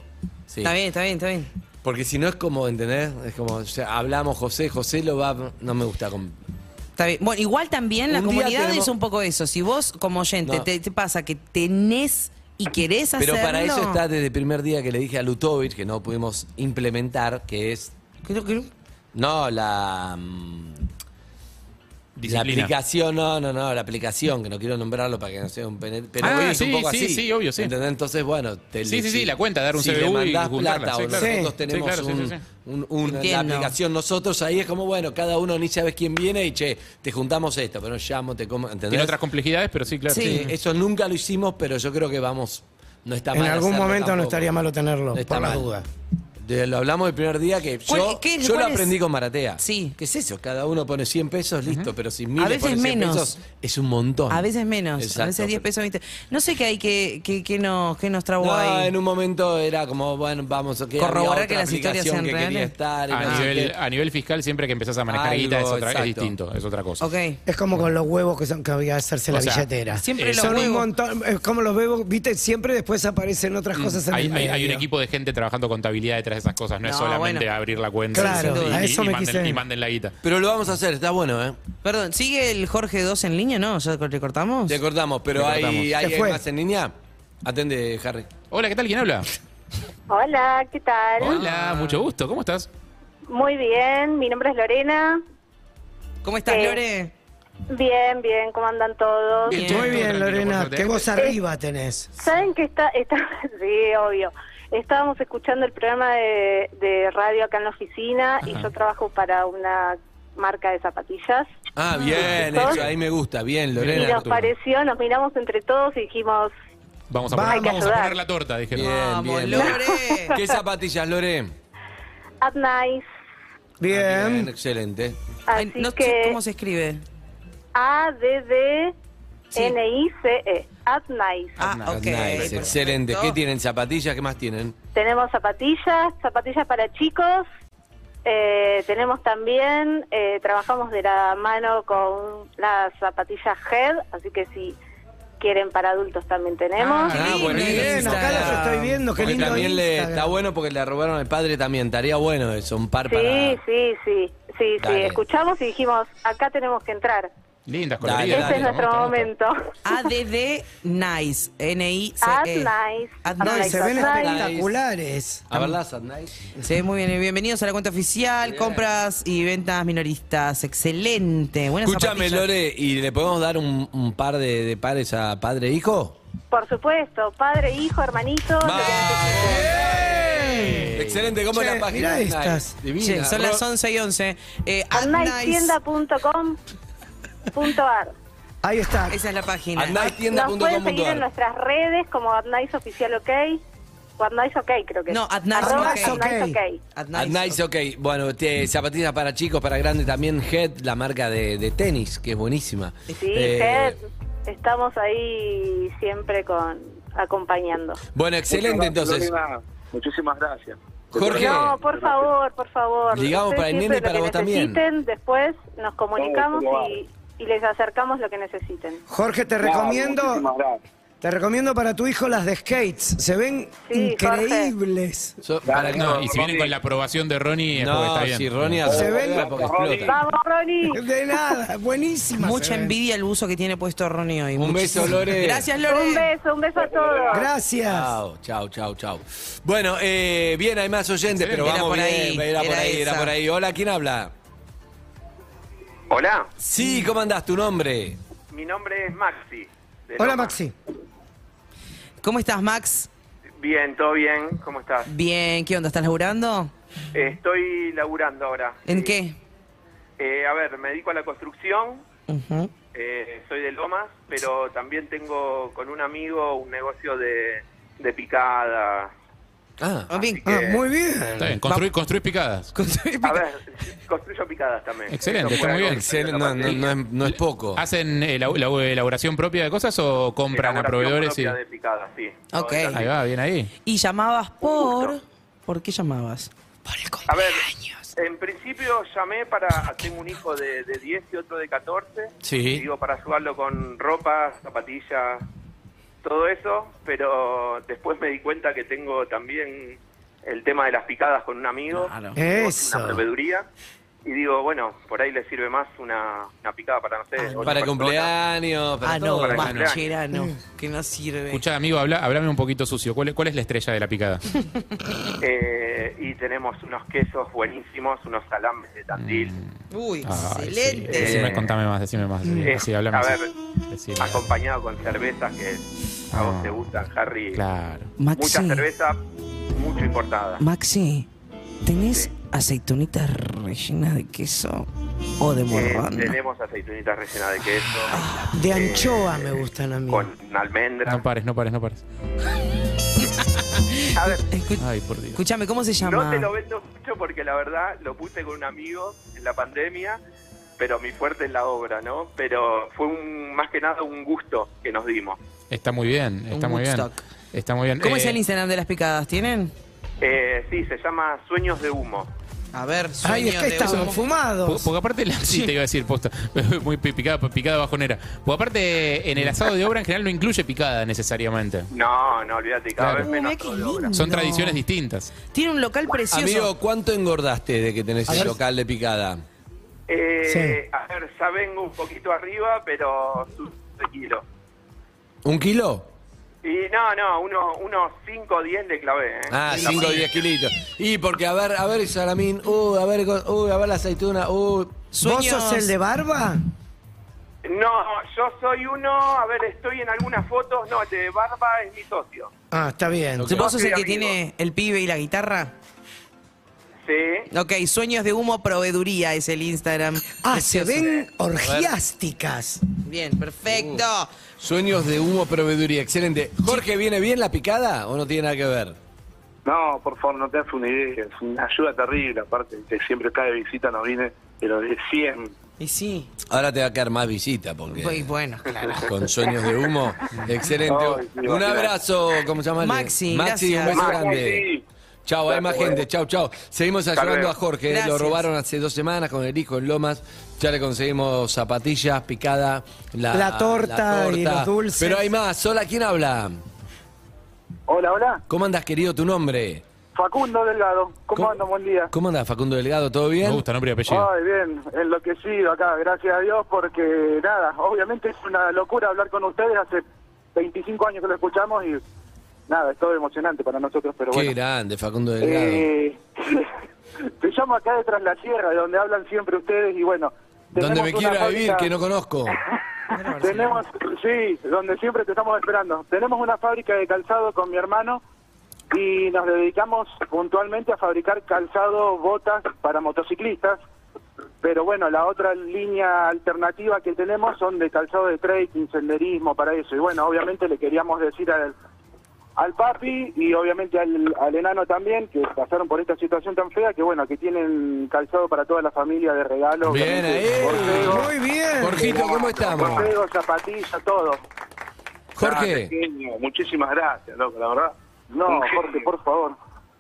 Speaker 3: Sí.
Speaker 5: Está bien, está bien, está bien.
Speaker 3: Porque si no es como, ¿entendés? Es como, o sea, hablamos José, José lo va. No me gusta. con-
Speaker 5: Está bien. Bueno, igual también la
Speaker 3: Un día
Speaker 5: comunidad
Speaker 3: tenemos-
Speaker 5: es un poco eso. Si vos, como oyente,
Speaker 3: No.
Speaker 5: te, te pasa que tenés y querés hacerlo...
Speaker 3: Pero para eso está desde el primer día que le dije a Lutovic que no pudimos implementar, que es.
Speaker 5: Creo que...
Speaker 3: No, la. mm,
Speaker 6: Disciplina.
Speaker 3: La aplicación, no, no, no, la aplicación, que no quiero nombrarlo para que no sea un pene- Pero
Speaker 6: Ah,
Speaker 3: es
Speaker 6: sí,
Speaker 3: un poco
Speaker 6: sí,
Speaker 3: así.
Speaker 6: sí, obvio, sí.
Speaker 3: ¿Entendés? Entonces, bueno, te
Speaker 6: Sí,
Speaker 3: le-
Speaker 6: sí, sí,
Speaker 3: si-
Speaker 6: la cuenta, dar un
Speaker 3: si
Speaker 6: CBU
Speaker 3: le
Speaker 6: y
Speaker 3: mandás
Speaker 6: juntarla,
Speaker 3: plata
Speaker 6: sí,
Speaker 3: o
Speaker 6: claro.
Speaker 3: nosotros
Speaker 6: Sí,
Speaker 3: tenemos
Speaker 6: claro, sí,
Speaker 3: un-
Speaker 6: sí, sí.
Speaker 3: un- un- la
Speaker 5: Entiendo.
Speaker 3: aplicación nosotros, ahí es como, bueno, cada uno ni sabes quién viene y che, te juntamos esto, pero no llamo, te como, ¿entendés?
Speaker 6: Tiene otras complejidades, pero sí, claro.
Speaker 3: Sí, eso nunca lo hicimos, pero yo creo que vamos, no está
Speaker 7: En
Speaker 3: mal.
Speaker 7: algún
Speaker 3: hacerlo
Speaker 7: momento no
Speaker 3: tampoco.
Speaker 7: estaría malo tenerlo,
Speaker 3: No está
Speaker 7: por las
Speaker 3: mal.
Speaker 7: dudas.
Speaker 3: De- lo hablamos el primer día que
Speaker 5: ¿Cuál-
Speaker 3: yo,
Speaker 5: qué-
Speaker 3: yo lo
Speaker 5: cuál es?
Speaker 3: aprendí con Maratea.
Speaker 5: Sí.
Speaker 3: ¿Qué es eso? Cada uno pone 100 pesos, listo, pero si mil
Speaker 5: A veces
Speaker 3: ponen 100
Speaker 5: menos.
Speaker 3: pesos es un montón.
Speaker 5: A veces menos, a
Speaker 3: Exacto.
Speaker 5: veces 10 pesos, 20. No sé qué hay que, que, que nos, que nos trabó
Speaker 3: No,
Speaker 5: ahí.
Speaker 3: en un momento era como, bueno, vamos, ok, había
Speaker 5: Corroborar
Speaker 3: otra
Speaker 5: que las historias
Speaker 3: aplicación
Speaker 5: sean
Speaker 3: que quería
Speaker 5: reales.
Speaker 3: estar. y Ah, no
Speaker 6: A
Speaker 3: sé
Speaker 6: nivel,
Speaker 3: qué.
Speaker 6: a nivel fiscal, siempre que empezás a manejar
Speaker 3: Algo,
Speaker 6: guita es, otra, es
Speaker 3: exacto.
Speaker 6: distinto, es otra cosa.
Speaker 5: Ok.
Speaker 7: Es como con los huevos que, son, que había que hacerse
Speaker 6: O
Speaker 7: la
Speaker 6: sea,
Speaker 7: billetera.
Speaker 5: siempre
Speaker 7: Eh,
Speaker 5: los
Speaker 7: son un
Speaker 5: huevos.
Speaker 7: montón. Es como los huevos, viste, siempre después aparecen otras cosas en
Speaker 6: Mm. Hay,
Speaker 7: el
Speaker 6: hay-
Speaker 7: medio.
Speaker 6: hay un equipo de gente trabajando contabilidad detrás de esas cosas, no, es
Speaker 5: No,
Speaker 6: solamente
Speaker 5: bueno.
Speaker 6: abrir la cuenta
Speaker 7: Claro,
Speaker 6: y-
Speaker 7: a
Speaker 6: y,
Speaker 7: eso
Speaker 6: y
Speaker 7: me
Speaker 6: manden,
Speaker 7: quise-
Speaker 6: y manden la guita.
Speaker 3: Pero lo vamos a hacer, está bueno, ¿eh?
Speaker 5: Perdón, ¿sigue el Jorge 2 en línea? ¿No? ¿Ya le cortamos?
Speaker 3: Te cortamos, pero
Speaker 6: Te
Speaker 3: hay,
Speaker 6: cortamos.
Speaker 3: hay,
Speaker 7: Se
Speaker 3: hay
Speaker 7: fue.
Speaker 3: más en línea. Atende, Harry.
Speaker 6: Hola, ¿qué tal? ¿Quién habla?
Speaker 10: Hola, ¿qué tal?
Speaker 6: Hola, mucho gusto, ¿cómo estás?
Speaker 10: Muy bien, mi nombre es Lorena.
Speaker 5: ¿Cómo estás,
Speaker 10: Sí.
Speaker 5: Lore?
Speaker 10: Bien, bien, ¿cómo andan todos?
Speaker 5: Bien.
Speaker 7: Muy bien,
Speaker 6: Tranquilo, por
Speaker 7: Lorena,
Speaker 6: suerte.
Speaker 7: que vos arriba tenés.
Speaker 10: ¿Saben que está, está, sí, obvio, estábamos escuchando el programa de, de radio acá en la oficina y
Speaker 6: Ajá.
Speaker 10: yo trabajo para una marca de zapatillas
Speaker 3: Ah, bien,
Speaker 10: ¿Sos?
Speaker 3: eso, ahí me gusta, bien,
Speaker 10: y
Speaker 3: Lorena.
Speaker 10: nos pareció, nos miramos entre todos y dijimos,
Speaker 6: Vamos a,
Speaker 7: Vamos.
Speaker 6: poner, vamos a
Speaker 10: Hay que
Speaker 6: poner la torta, dije.
Speaker 3: Bien,
Speaker 5: Vamos,
Speaker 3: bien.
Speaker 5: Lore.
Speaker 3: ¿Qué zapatillas, Lore?
Speaker 10: at nice,
Speaker 3: Ah,
Speaker 7: Bien.
Speaker 3: excelente.
Speaker 5: Ay,
Speaker 10: así
Speaker 5: no sé
Speaker 10: que
Speaker 5: cómo se escribe.
Speaker 10: A D D N I C E, at nice.
Speaker 5: Ah, ok.
Speaker 3: Nice,
Speaker 5: perfecto.
Speaker 3: excelente. ¿Qué tienen? ¿Zapatillas? ¿Qué más tienen?
Speaker 10: Tenemos zapatillas, zapatillas para chicos. eh, tenemos también, eh, trabajamos de la mano con las zapatillas Head, así que si quieren para adultos también
Speaker 5: Ah,
Speaker 10: tenemos.
Speaker 3: Ah,
Speaker 5: lindo
Speaker 3: buenísimo.
Speaker 7: Bien, acá
Speaker 5: Instagram.
Speaker 7: las estoy viendo, qué
Speaker 3: Porque
Speaker 7: lindo.
Speaker 3: también le,
Speaker 7: Instagram.
Speaker 3: está bueno porque le robaron al padre también. Estaría Ah, bueno eso, un par
Speaker 10: sí,
Speaker 3: para...
Speaker 10: sí, sí, sí, sí.
Speaker 3: Dale.
Speaker 10: Escuchamos y dijimos, acá tenemos que entrar.
Speaker 6: Lindas,
Speaker 3: Dale,
Speaker 6: coloridas.
Speaker 10: Ese
Speaker 3: dale,
Speaker 10: es
Speaker 6: me
Speaker 10: nuestro
Speaker 6: gusta, me gusta.
Speaker 10: momento.
Speaker 5: Ah, ADD Nice.
Speaker 10: At
Speaker 5: N-I-C-E.
Speaker 10: nice.
Speaker 5: At
Speaker 7: No, y
Speaker 5: nice.
Speaker 7: se ven
Speaker 10: Nice.
Speaker 7: espectaculares.
Speaker 3: A verlas at night.
Speaker 5: Se ve muy bien. eh, Bienvenidos a la cuenta oficial, compras y ventas minoristas. Excelente. Buenas
Speaker 3: Escúchame,
Speaker 5: zapatillas.
Speaker 3: Lore, ¿y le podemos dar un, un par de, de pares a padre e hijo?
Speaker 10: Por supuesto, padre, hijo, hermanito.
Speaker 5: Eh,
Speaker 3: ¡Bien! Excelente, ¿cómo es
Speaker 7: Che,
Speaker 3: la página?
Speaker 7: mirá
Speaker 3: Nice.
Speaker 7: estas.
Speaker 3: Divina.
Speaker 5: Che, son
Speaker 3: Ro-
Speaker 5: las 11 y 11. Eh, at nice.
Speaker 10: Atnicetienda.com.ar
Speaker 7: Ahí está.
Speaker 5: Esa es la página.
Speaker 3: at nighttienda
Speaker 10: Nos
Speaker 3: punto
Speaker 10: pueden
Speaker 3: com punto
Speaker 10: seguir en
Speaker 3: ar.
Speaker 10: nuestras redes como Adnice Oficial OK o Adnice OK creo que es.
Speaker 5: No, Adnice
Speaker 10: Arroba
Speaker 5: OK.
Speaker 10: Adnice OK.
Speaker 5: At nice.
Speaker 3: At Ah, nice, ok. Bueno, te- zapatillas para chicos, para grandes también. Head, la marca de, de tenis, que es buenísima.
Speaker 10: Sí,
Speaker 5: este,
Speaker 3: Eh,
Speaker 10: Ted, estamos ahí siempre con acompañando.
Speaker 3: Bueno, excelente,
Speaker 4: Muchas gracias,
Speaker 3: entonces.
Speaker 4: Lorena. Muchísimas gracias.
Speaker 3: Jorge.
Speaker 10: No, por favor, por favor.
Speaker 3: Ligamos
Speaker 10: Ustedes
Speaker 3: para el
Speaker 10: siempre
Speaker 3: nene y para
Speaker 10: lo
Speaker 3: vos
Speaker 10: que
Speaker 3: también.
Speaker 10: necesiten, después nos comunicamos
Speaker 4: Vamos, ¿cómo
Speaker 10: y, y les acercamos lo que necesiten.
Speaker 7: Jorge, te
Speaker 4: Nada, muchísimas
Speaker 7: recomiendo.
Speaker 4: gracias.
Speaker 7: Te recomiendo para tu hijo las de skates. Se ven
Speaker 10: Sí, Jorge.
Speaker 7: increíbles.
Speaker 3: So- para-
Speaker 4: Dale,
Speaker 6: No, y si vienen con la aprobación de Ronnie, es porque
Speaker 3: No,
Speaker 6: está bien.
Speaker 3: si Ronnie
Speaker 7: Se
Speaker 3: hace
Speaker 7: ven
Speaker 3: otra
Speaker 7: las
Speaker 3: porque
Speaker 4: Ronnie.
Speaker 3: explota.
Speaker 10: ¡Vamos, Ronnie!
Speaker 7: De nada, buenísimas. se
Speaker 5: Mucha
Speaker 7: ven.
Speaker 5: envidia el buzo que tiene puesto Ronnie hoy.
Speaker 3: Un beso,
Speaker 5: Muchísimo.
Speaker 3: Lore.
Speaker 5: Gracias, Lore.
Speaker 10: Un beso, un beso a todos.
Speaker 7: Gracias.
Speaker 3: Chao, chao, chao, chao. Bueno, eh, bien, hay más oyentes, pero
Speaker 5: Era
Speaker 3: vamos
Speaker 5: por
Speaker 3: bien,
Speaker 5: ahí,
Speaker 3: era por
Speaker 5: era
Speaker 3: ahí, era
Speaker 5: esa.
Speaker 3: por ahí. Hola, ¿quién habla?
Speaker 11: Hola,
Speaker 3: Sí, ¿cómo andás? ¿Tu nombre?
Speaker 11: mi nombre es Maxi. de
Speaker 7: Hola,
Speaker 11: Loma.
Speaker 7: Maxi.
Speaker 5: ¿Cómo estás, Max?
Speaker 11: Bien, todo bien, ¿cómo estás?
Speaker 5: Bien, ¿qué onda? ¿Estás laburando?
Speaker 11: Eh, Estoy laburando ahora.
Speaker 5: ¿En
Speaker 11: Eh,
Speaker 5: qué?
Speaker 11: eh, a ver, me dedico a la construcción,
Speaker 5: Ujú.
Speaker 11: eh, soy de Lomas, pero también tengo con un amigo un negocio de, de picada,
Speaker 3: Ah,
Speaker 11: bien.
Speaker 7: Ah, muy bien.
Speaker 6: Está bien, construir, construir picadas.
Speaker 11: A ver, construyo picadas también.
Speaker 6: Excelente,
Speaker 11: Eso
Speaker 6: está
Speaker 11: fue
Speaker 6: muy
Speaker 11: algo
Speaker 6: bien.
Speaker 11: que
Speaker 3: Excel-
Speaker 11: hice,
Speaker 3: no,
Speaker 11: capaz
Speaker 3: no-
Speaker 11: que-
Speaker 3: no es, no es poco.
Speaker 6: ¿Hacen eh, la, la- elaboración propia de cosas o compran a
Speaker 11: elaboración
Speaker 6: proveedores? Y...
Speaker 11: propia de picadas, sí.
Speaker 5: Ok.
Speaker 6: Ahí va, bien ahí.
Speaker 5: Y llamabas por. ¿Por qué llamabas?
Speaker 11: A ver, en principio llamé para hacer un hijo de, de 10 y otro de 14.
Speaker 3: Sí.
Speaker 11: Digo, para ayudarlo con ropa, zapatillas, todo eso. Pero después me di cuenta que tengo también el tema de las picadas con un amigo. Tengo
Speaker 7: Eso.
Speaker 11: Una proveeduría. Y digo, bueno, por ahí le sirve más una, una picada para, no sé, ocho
Speaker 3: Para
Speaker 11: personas.
Speaker 3: cumpleaños, para
Speaker 5: Ah,
Speaker 3: todo.
Speaker 5: no,
Speaker 11: para
Speaker 5: más
Speaker 11: cumpleaños.
Speaker 5: cherano, que no sirve.
Speaker 6: Escuchá, amigo, habla, hablame un poquito sucio. ¿Cuál, es- ¿Cuál es la estrella de la picada?
Speaker 11: Eh, y tenemos unos quesos buenísimos, unos salames de Tandil.
Speaker 5: Uy,
Speaker 6: Ay, sí.
Speaker 5: excelente. Mm.
Speaker 6: Decime, contame más, decime más. Sí,
Speaker 11: Eh,
Speaker 6: así, hablame
Speaker 11: a
Speaker 6: así.
Speaker 11: ver,
Speaker 6: Decime. Ah.
Speaker 11: acompañado con cervezas que a vos te gustan, Harry.
Speaker 6: Claro.
Speaker 11: Mucha
Speaker 5: Maxi,
Speaker 11: cerveza, mucho importada.
Speaker 5: Maxi, ¿tenés
Speaker 11: Sí.
Speaker 5: aceitunitas rellenas de queso o oh, de
Speaker 11: Eh,
Speaker 5: morrón? Ah,
Speaker 11: tenemos aceitunitas rellenas de queso,
Speaker 7: De anchoa me gustan a mí.
Speaker 11: con almendra.
Speaker 6: No pares, no pares, no pares.
Speaker 11: A ver,
Speaker 6: Ay, por Dios.
Speaker 5: Escúchame, ¿cómo se
Speaker 11: no
Speaker 5: llama?
Speaker 11: te lo vendo mucho porque la verdad lo puse con un amigo en la pandemia, pero mi fuerte es la obra, ¿no? Pero fue un, más que nada un gusto que nos dimos.
Speaker 6: Está muy bien, está
Speaker 5: Un
Speaker 6: muy bien.
Speaker 5: Woodstock.
Speaker 6: Está muy bien.
Speaker 5: ¿Cómo
Speaker 6: Eh,
Speaker 5: es el Instagram de las picadas? ¿Tienen?
Speaker 11: Eh, sí, se llama Sueños de Humo.
Speaker 5: A ver,
Speaker 7: Ay, es que estamos
Speaker 6: Po-
Speaker 7: fumados.
Speaker 6: Porque aparte, la, sí, te iba a decir posta, muy pi- picada, picada bajonera. Porque aparte, en el asado de obra en general no incluye picada necesariamente.
Speaker 11: No, no, olvídate, cada
Speaker 6: Claro.
Speaker 5: Uy,
Speaker 11: vez
Speaker 5: Uh, mirá
Speaker 11: menos.
Speaker 5: qué
Speaker 11: todo de obra.
Speaker 5: lindo.
Speaker 6: Son
Speaker 5: No.
Speaker 6: tradiciones distintas.
Speaker 5: Tiene un local precioso.
Speaker 3: Amigo, ¿cuánto engordaste de que tenés el local de picada?
Speaker 11: Eh, A ver, ya vengo un poquito arriba, pero sub de kilo.
Speaker 3: ¿Un kilo?
Speaker 11: Y no, no, uno- unos 5 o 10 le clavé. ¿eh?
Speaker 3: Ah,
Speaker 11: En la
Speaker 3: 5 o
Speaker 11: mano.
Speaker 3: 10 kilitos. Y porque, a ver, a ver, el salamín, uh, a ver, con- uh, a ver la aceituna, uh.
Speaker 7: ¿Vos
Speaker 5: Sueños-
Speaker 7: sos el de barba?
Speaker 11: No, yo soy uno, a ver, estoy en algunas fotos, no, el de Barba es mi socio.
Speaker 7: Ah, está bien.
Speaker 3: Ok.
Speaker 5: ¿Vos sos el que
Speaker 11: Amigo.
Speaker 5: tiene el pibe y la guitarra?
Speaker 11: Sí.
Speaker 5: Ok, Sueños de Humo Proveeduría es el Instagram.
Speaker 7: Ah, se
Speaker 5: Precioso.
Speaker 7: ven orgiásticas.
Speaker 5: Bien,
Speaker 3: Uh,
Speaker 5: perfecto.
Speaker 3: Sueños de humo, proveeduría, excelente. Jorge, ¿viene bien la picada o no tiene nada que ver?
Speaker 1: No, por favor, no te das una idea. Es una ayuda terrible, aparte, que siempre cada visita nos viene, pero de 100.
Speaker 5: Y sí.
Speaker 3: Ahora te va a quedar más visita porque...
Speaker 5: Pues bueno, claro.
Speaker 3: Con sueños de humo. Excelente.
Speaker 1: Ay, sí,
Speaker 3: un
Speaker 1: va,
Speaker 3: abrazo, ¿cómo se llama?
Speaker 5: Maxi,
Speaker 3: Maxi,
Speaker 5: gracias.
Speaker 3: un beso
Speaker 1: Maxi.
Speaker 3: grande. Chao, hay más
Speaker 1: Gracias.
Speaker 3: gente. Chao, chao. Seguimos ayudando
Speaker 11: luego.
Speaker 3: a Jorge. eh, Lo
Speaker 5: Gracias.
Speaker 3: robaron hace dos semanas con el hijo en Lomas. Ya le conseguimos zapatillas, picada, la,
Speaker 7: La torta y los dulces.
Speaker 3: Pero hay más. Hola, ¿quién habla?
Speaker 1: Hola, hola.
Speaker 3: ¿Cómo andas, querido, tu nombre?
Speaker 1: Facundo Delgado. ¿Cómo, andan? Buen día.
Speaker 3: ¿Cómo andas, Facundo Delgado? ¿Todo bien?
Speaker 6: Me gusta nombre y apellido.
Speaker 1: Ay, bien, enloquecido acá, gracias a Dios, porque nada, obviamente es una locura hablar con ustedes, hace 25 años que lo escuchamos y nada, es todo emocionante para nosotros, pero
Speaker 3: Qué
Speaker 1: bueno.
Speaker 3: grande, Facundo Delgado.
Speaker 1: Eh, te llamo acá de Tras la Sierra, de donde hablan siempre ustedes y bueno.
Speaker 3: Donde me
Speaker 1: tenemos una
Speaker 3: quiera vivir,
Speaker 1: fábrica-
Speaker 3: que no conozco.
Speaker 1: Tenemos, sí, donde siempre te estamos esperando. Tenemos una fábrica de calzado con mi hermano y nos dedicamos puntualmente a fabricar calzado, botas para motociclistas. Pero bueno, la otra línea alternativa que tenemos son de calzado de trekking, senderismo, para eso. Y bueno, obviamente le queríamos decir al, al papi y obviamente al, al enano también, que pasaron por esta situación tan fea, que bueno, que tienen calzado para toda la familia de regalo.
Speaker 3: Bien
Speaker 1: obviamente,
Speaker 3: ahí.
Speaker 1: borcego,
Speaker 7: Muy bien.
Speaker 3: Jorgito, ¿cómo estamos?
Speaker 1: borcego, zapatillas, todo.
Speaker 3: Jorge.
Speaker 11: Muchísimas gracias, loco, la verdad.
Speaker 1: No, Jorge, por favor.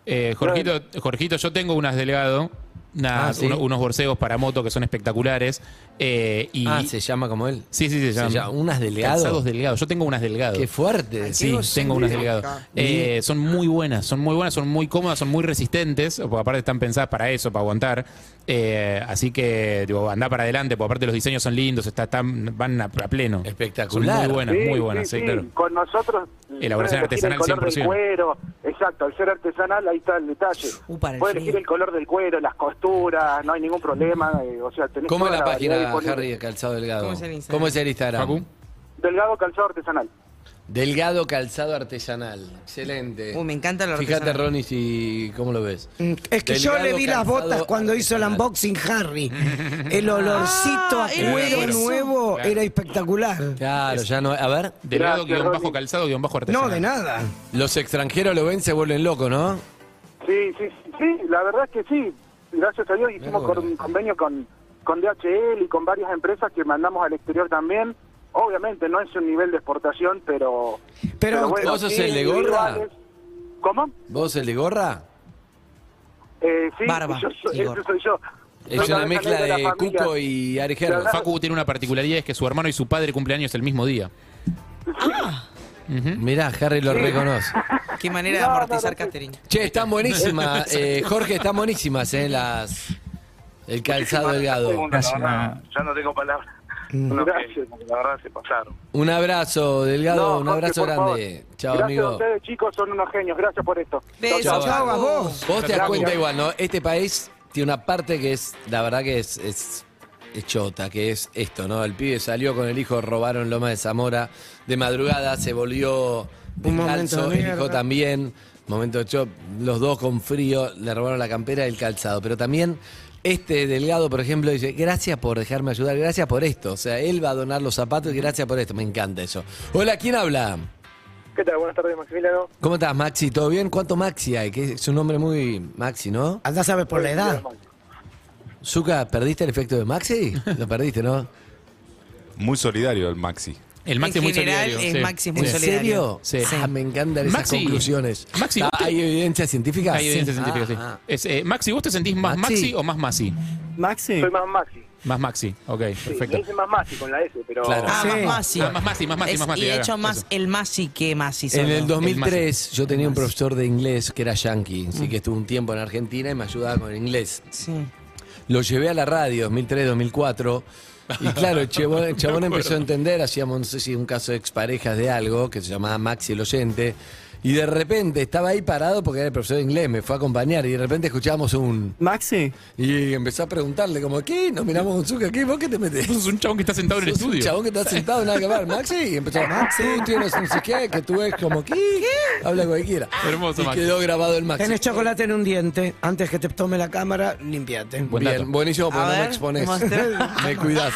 Speaker 6: Eh, Jorgito, Jorgito, yo tengo unas delgado. unas-
Speaker 3: Ah, ¿sí?
Speaker 6: uno- unos borcegos para moto que son espectaculares. eh, y,
Speaker 3: Ah, se llama como él.
Speaker 6: Sí, sí, se llaman.
Speaker 3: llama- ¿unas delgado?
Speaker 6: Calzados delgados. Yo tengo unas delgado.
Speaker 3: Qué fuerte.
Speaker 6: Sí, tengo unas delgadas. Eh, son muy buenas, son muy buenas, son muy cómodas, son muy resistentes, porque aparte están pensadas para eso, para aguantar. Eh, así que, digo, anda para adelante, porque aparte los diseños son lindos, está, están, van a, a pleno.
Speaker 3: Espectacular.
Speaker 6: Son muy buenas,
Speaker 1: Sí,
Speaker 6: muy buenas, sí, claro.
Speaker 1: Con nosotros.
Speaker 6: Elaboración
Speaker 1: pueden elegir
Speaker 6: artesanal
Speaker 1: el color
Speaker 6: 100%.
Speaker 1: Del cuero, exacto, al ser artesanal, ahí está el detalle.
Speaker 5: Uh, para el
Speaker 1: Puedes elegir
Speaker 5: frío.
Speaker 1: el color del cuero, las costuras, no hay ningún problema. eh, o sea, tenés
Speaker 3: ¿Cómo es
Speaker 1: toda
Speaker 3: la
Speaker 1: variedad
Speaker 3: página,
Speaker 1: disponible.
Speaker 3: Harry, de Calzado Delgado?
Speaker 5: ¿Cómo es el Instagram?
Speaker 3: ¿Cómo es el Instagram?
Speaker 6: Facu.
Speaker 1: Delgado calzado artesanal.
Speaker 3: Delgado calzado artesanal. Excelente.
Speaker 5: Uh, me encanta lo
Speaker 3: Fíjate,
Speaker 5: artesanal.
Speaker 3: Ronnie, si, ¿cómo lo ves?
Speaker 7: Mm, Es que yo le vi las botas cuando hizo el unboxing Harry. El olorcito
Speaker 5: Ah,
Speaker 7: a
Speaker 5: era
Speaker 7: cuero
Speaker 5: eso.
Speaker 7: nuevo
Speaker 6: Claro.
Speaker 7: era espectacular.
Speaker 3: Claro, ya no. A ver.
Speaker 6: Delgado, guión bajo calzado, guión bajo artesanal.
Speaker 7: No, de nada.
Speaker 3: Los extranjeros lo ven, se vuelven locos, ¿no?
Speaker 1: Sí, sí, sí, sí, la verdad es que sí. Gracias a Dios hicimos
Speaker 3: Mira, bueno.
Speaker 1: con- un convenio con, con DHL y con varias empresas que mandamos al exterior también. Obviamente no es un nivel de exportación, pero...
Speaker 7: Pero,
Speaker 3: ¿vos sos
Speaker 1: sí,
Speaker 3: el de gorra?
Speaker 1: individuales. ¿eh? ¿Cómo?
Speaker 3: ¿Vos el de gorra?
Speaker 1: Eh, sí,
Speaker 5: Barba
Speaker 1: yo soy-
Speaker 5: y gorra.
Speaker 1: ese soy yo.
Speaker 3: Es
Speaker 1: Soy
Speaker 3: una
Speaker 1: la
Speaker 3: mezcla
Speaker 1: la
Speaker 3: de
Speaker 1: familia.
Speaker 3: Cuco y Arejero.
Speaker 1: Claro.
Speaker 6: Facu tiene una particularidad, es que su hermano y su padre cumplen años el mismo día. Ujú.
Speaker 3: Mirá, Harry lo reconoce.
Speaker 5: Qué manera de
Speaker 1: No, no,
Speaker 5: amortizar,
Speaker 1: no, sí.
Speaker 5: Catherine.
Speaker 3: Che, están buenísimas, eh, Jorge, están buenísimas, ¿eh? Las, el calzado delgado. Mm.
Speaker 12: La verdad, ya no tengo palabras. No,
Speaker 1: Gracias.
Speaker 12: que la verdad se pasaron.
Speaker 3: Un abrazo, delgado,
Speaker 1: No,
Speaker 3: un
Speaker 1: Jorge,
Speaker 3: abrazo
Speaker 1: por favor.
Speaker 3: grande. Chao,
Speaker 1: Gracias a
Speaker 3: amigo.
Speaker 1: ustedes, chicos, son unos genios. Gracias por esto.
Speaker 5: Besos,
Speaker 3: Chao,
Speaker 5: Facu.
Speaker 7: vos.
Speaker 3: Vos te das
Speaker 1: Gracias.
Speaker 3: cuenta igual, ¿no? Este país tiene una parte que es, la verdad que es, es, es chota, que es esto, ¿no? El pibe salió con el hijo, robaron Loma de Zamora de madrugada, se volvió
Speaker 7: Un momento
Speaker 3: descalzo,
Speaker 7: de
Speaker 3: el hijo
Speaker 7: mierda.
Speaker 3: también, momento chop, los dos con frío, le robaron la campera y el calzado, pero también... Este delgado, por ejemplo, dice, gracias por dejarme ayudar, gracias por esto. O sea, él va a donar los zapatos y gracias por esto. Me encanta eso. Hola, ¿quién habla?
Speaker 1: ¿Qué tal? Buenas tardes, Maximiliano.
Speaker 3: ¿Cómo estás, Maxi? ¿Todo bien? ¿Cuánto Maxi hay? Que es un nombre muy Maxi, ¿no?
Speaker 7: Andá sabes por la edad.
Speaker 3: Zuka, ¿perdiste el efecto de Maxi? Lo perdiste, ¿no?
Speaker 13: Muy solidario el Maxi.
Speaker 6: El Maxi
Speaker 5: en
Speaker 6: es muy
Speaker 5: general,
Speaker 6: solidario.
Speaker 5: es
Speaker 6: sí.
Speaker 5: Maxi es
Speaker 3: ¿En
Speaker 5: muy solidario.
Speaker 3: serio?
Speaker 6: Sí.
Speaker 3: Ah, me encantan esas
Speaker 6: Maxi.
Speaker 3: conclusiones.
Speaker 6: Maxi,
Speaker 3: Ah,
Speaker 6: vos te-
Speaker 3: ¿Hay evidencia científica?
Speaker 6: Hay evidencia
Speaker 3: Sí.
Speaker 6: científica, sí.
Speaker 3: Ah, ah.
Speaker 6: Es, eh, Maxi, ¿vos te sentís más Maxi,
Speaker 3: Maxi
Speaker 6: o más Masi?
Speaker 14: Maxi.
Speaker 1: Soy más Maxi.
Speaker 6: Más Maxi, ok,
Speaker 1: Sí,
Speaker 6: perfecto.
Speaker 1: me dicen más Maxi con la S, pero...
Speaker 3: Claro.
Speaker 5: Ah,
Speaker 7: Sí.
Speaker 5: más Masi.
Speaker 6: Ah, más Masi, más Masi,
Speaker 5: Es-
Speaker 6: más Masi,
Speaker 5: Y de
Speaker 6: haga,
Speaker 5: hecho, más
Speaker 6: eso.
Speaker 5: el Masi que Masi.
Speaker 3: En
Speaker 5: solo.
Speaker 3: el 2003 yo tenía un profesor de inglés que era yankee,
Speaker 6: Mm.
Speaker 3: así que estuve un tiempo en Argentina y me ayudaba con el inglés.
Speaker 5: Sí.
Speaker 3: Lo llevé a la radio 2003-2004 y claro, el chabón, el chabón empezó a entender, hacíamos, no sé si un caso de exparejas de algo, que se llamaba Maxi el oyente, y de repente estaba ahí parado porque era el profesor de inglés, me fue a acompañar y de repente escuchábamos un...
Speaker 14: Maxi.
Speaker 3: Y empezó a preguntarle, como, ¿qué? Nos miramos con Zucca, ¿qué? ¿Vos qué te metes?
Speaker 6: Sos un chabón que está sentado en el
Speaker 3: Sos un
Speaker 6: estudio.
Speaker 3: chabón que está sentado, nada que ver, Maxi. Y empezó, Maxi, tú tienes no sé qué, que tú eres como, ¿qué? Habla cualquiera.
Speaker 6: Hermoso,
Speaker 3: Y
Speaker 6: Maxi.
Speaker 3: quedó grabado el Maxi.
Speaker 7: Tenés chocolate en un diente. Antes que te tome la cámara, limpiate.
Speaker 6: Buen
Speaker 3: Bien,
Speaker 6: dato.
Speaker 3: buenísimo, porque
Speaker 5: A
Speaker 3: no me
Speaker 5: ver,
Speaker 3: expones.
Speaker 5: mostrá.
Speaker 3: me cuidás.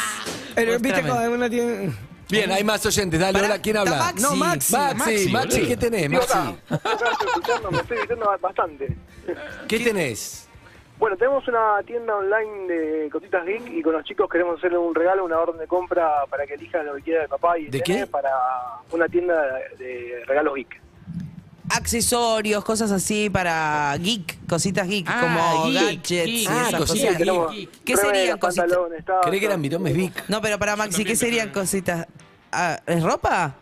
Speaker 7: Pero Eh, viste
Speaker 5: Muéstrame.
Speaker 7: cada una tiene.
Speaker 3: Bien, hay más oyentes. Dale,
Speaker 5: Pará,
Speaker 3: hola, ¿quién
Speaker 5: está
Speaker 3: habla?
Speaker 5: Maxi.
Speaker 7: No, Maxi.
Speaker 3: Maxi, Maxi,
Speaker 6: Maxi, boludo.
Speaker 3: ¿qué tenés, Maxi?
Speaker 5: ah,
Speaker 1: Gracias, escuchando, me estoy gritando bastante.
Speaker 3: ¿Qué tenés?
Speaker 1: Bueno, tenemos una tienda online de cositas geek y con los chicos queremos hacerle un regalo, una orden de compra para que elijan lo que quiera de papá y el
Speaker 3: ¿De
Speaker 1: nene
Speaker 3: qué?
Speaker 1: para una tienda de regalos geek.
Speaker 5: Accesorios, cosas así para geek, cositas geek,
Speaker 6: Ah,
Speaker 5: como
Speaker 6: geek,
Speaker 5: gadgets y
Speaker 6: geek.
Speaker 3: Ah,
Speaker 5: esas
Speaker 3: cositas
Speaker 5: cositas.
Speaker 3: geek.
Speaker 5: geek. ¿Qué serían cositas?
Speaker 1: pantalones, tazas.
Speaker 3: ¿Creí que eran viromes Vic?
Speaker 5: No, pero para Maxi, ¿qué serían cositas? Ah, ¿Es ropa?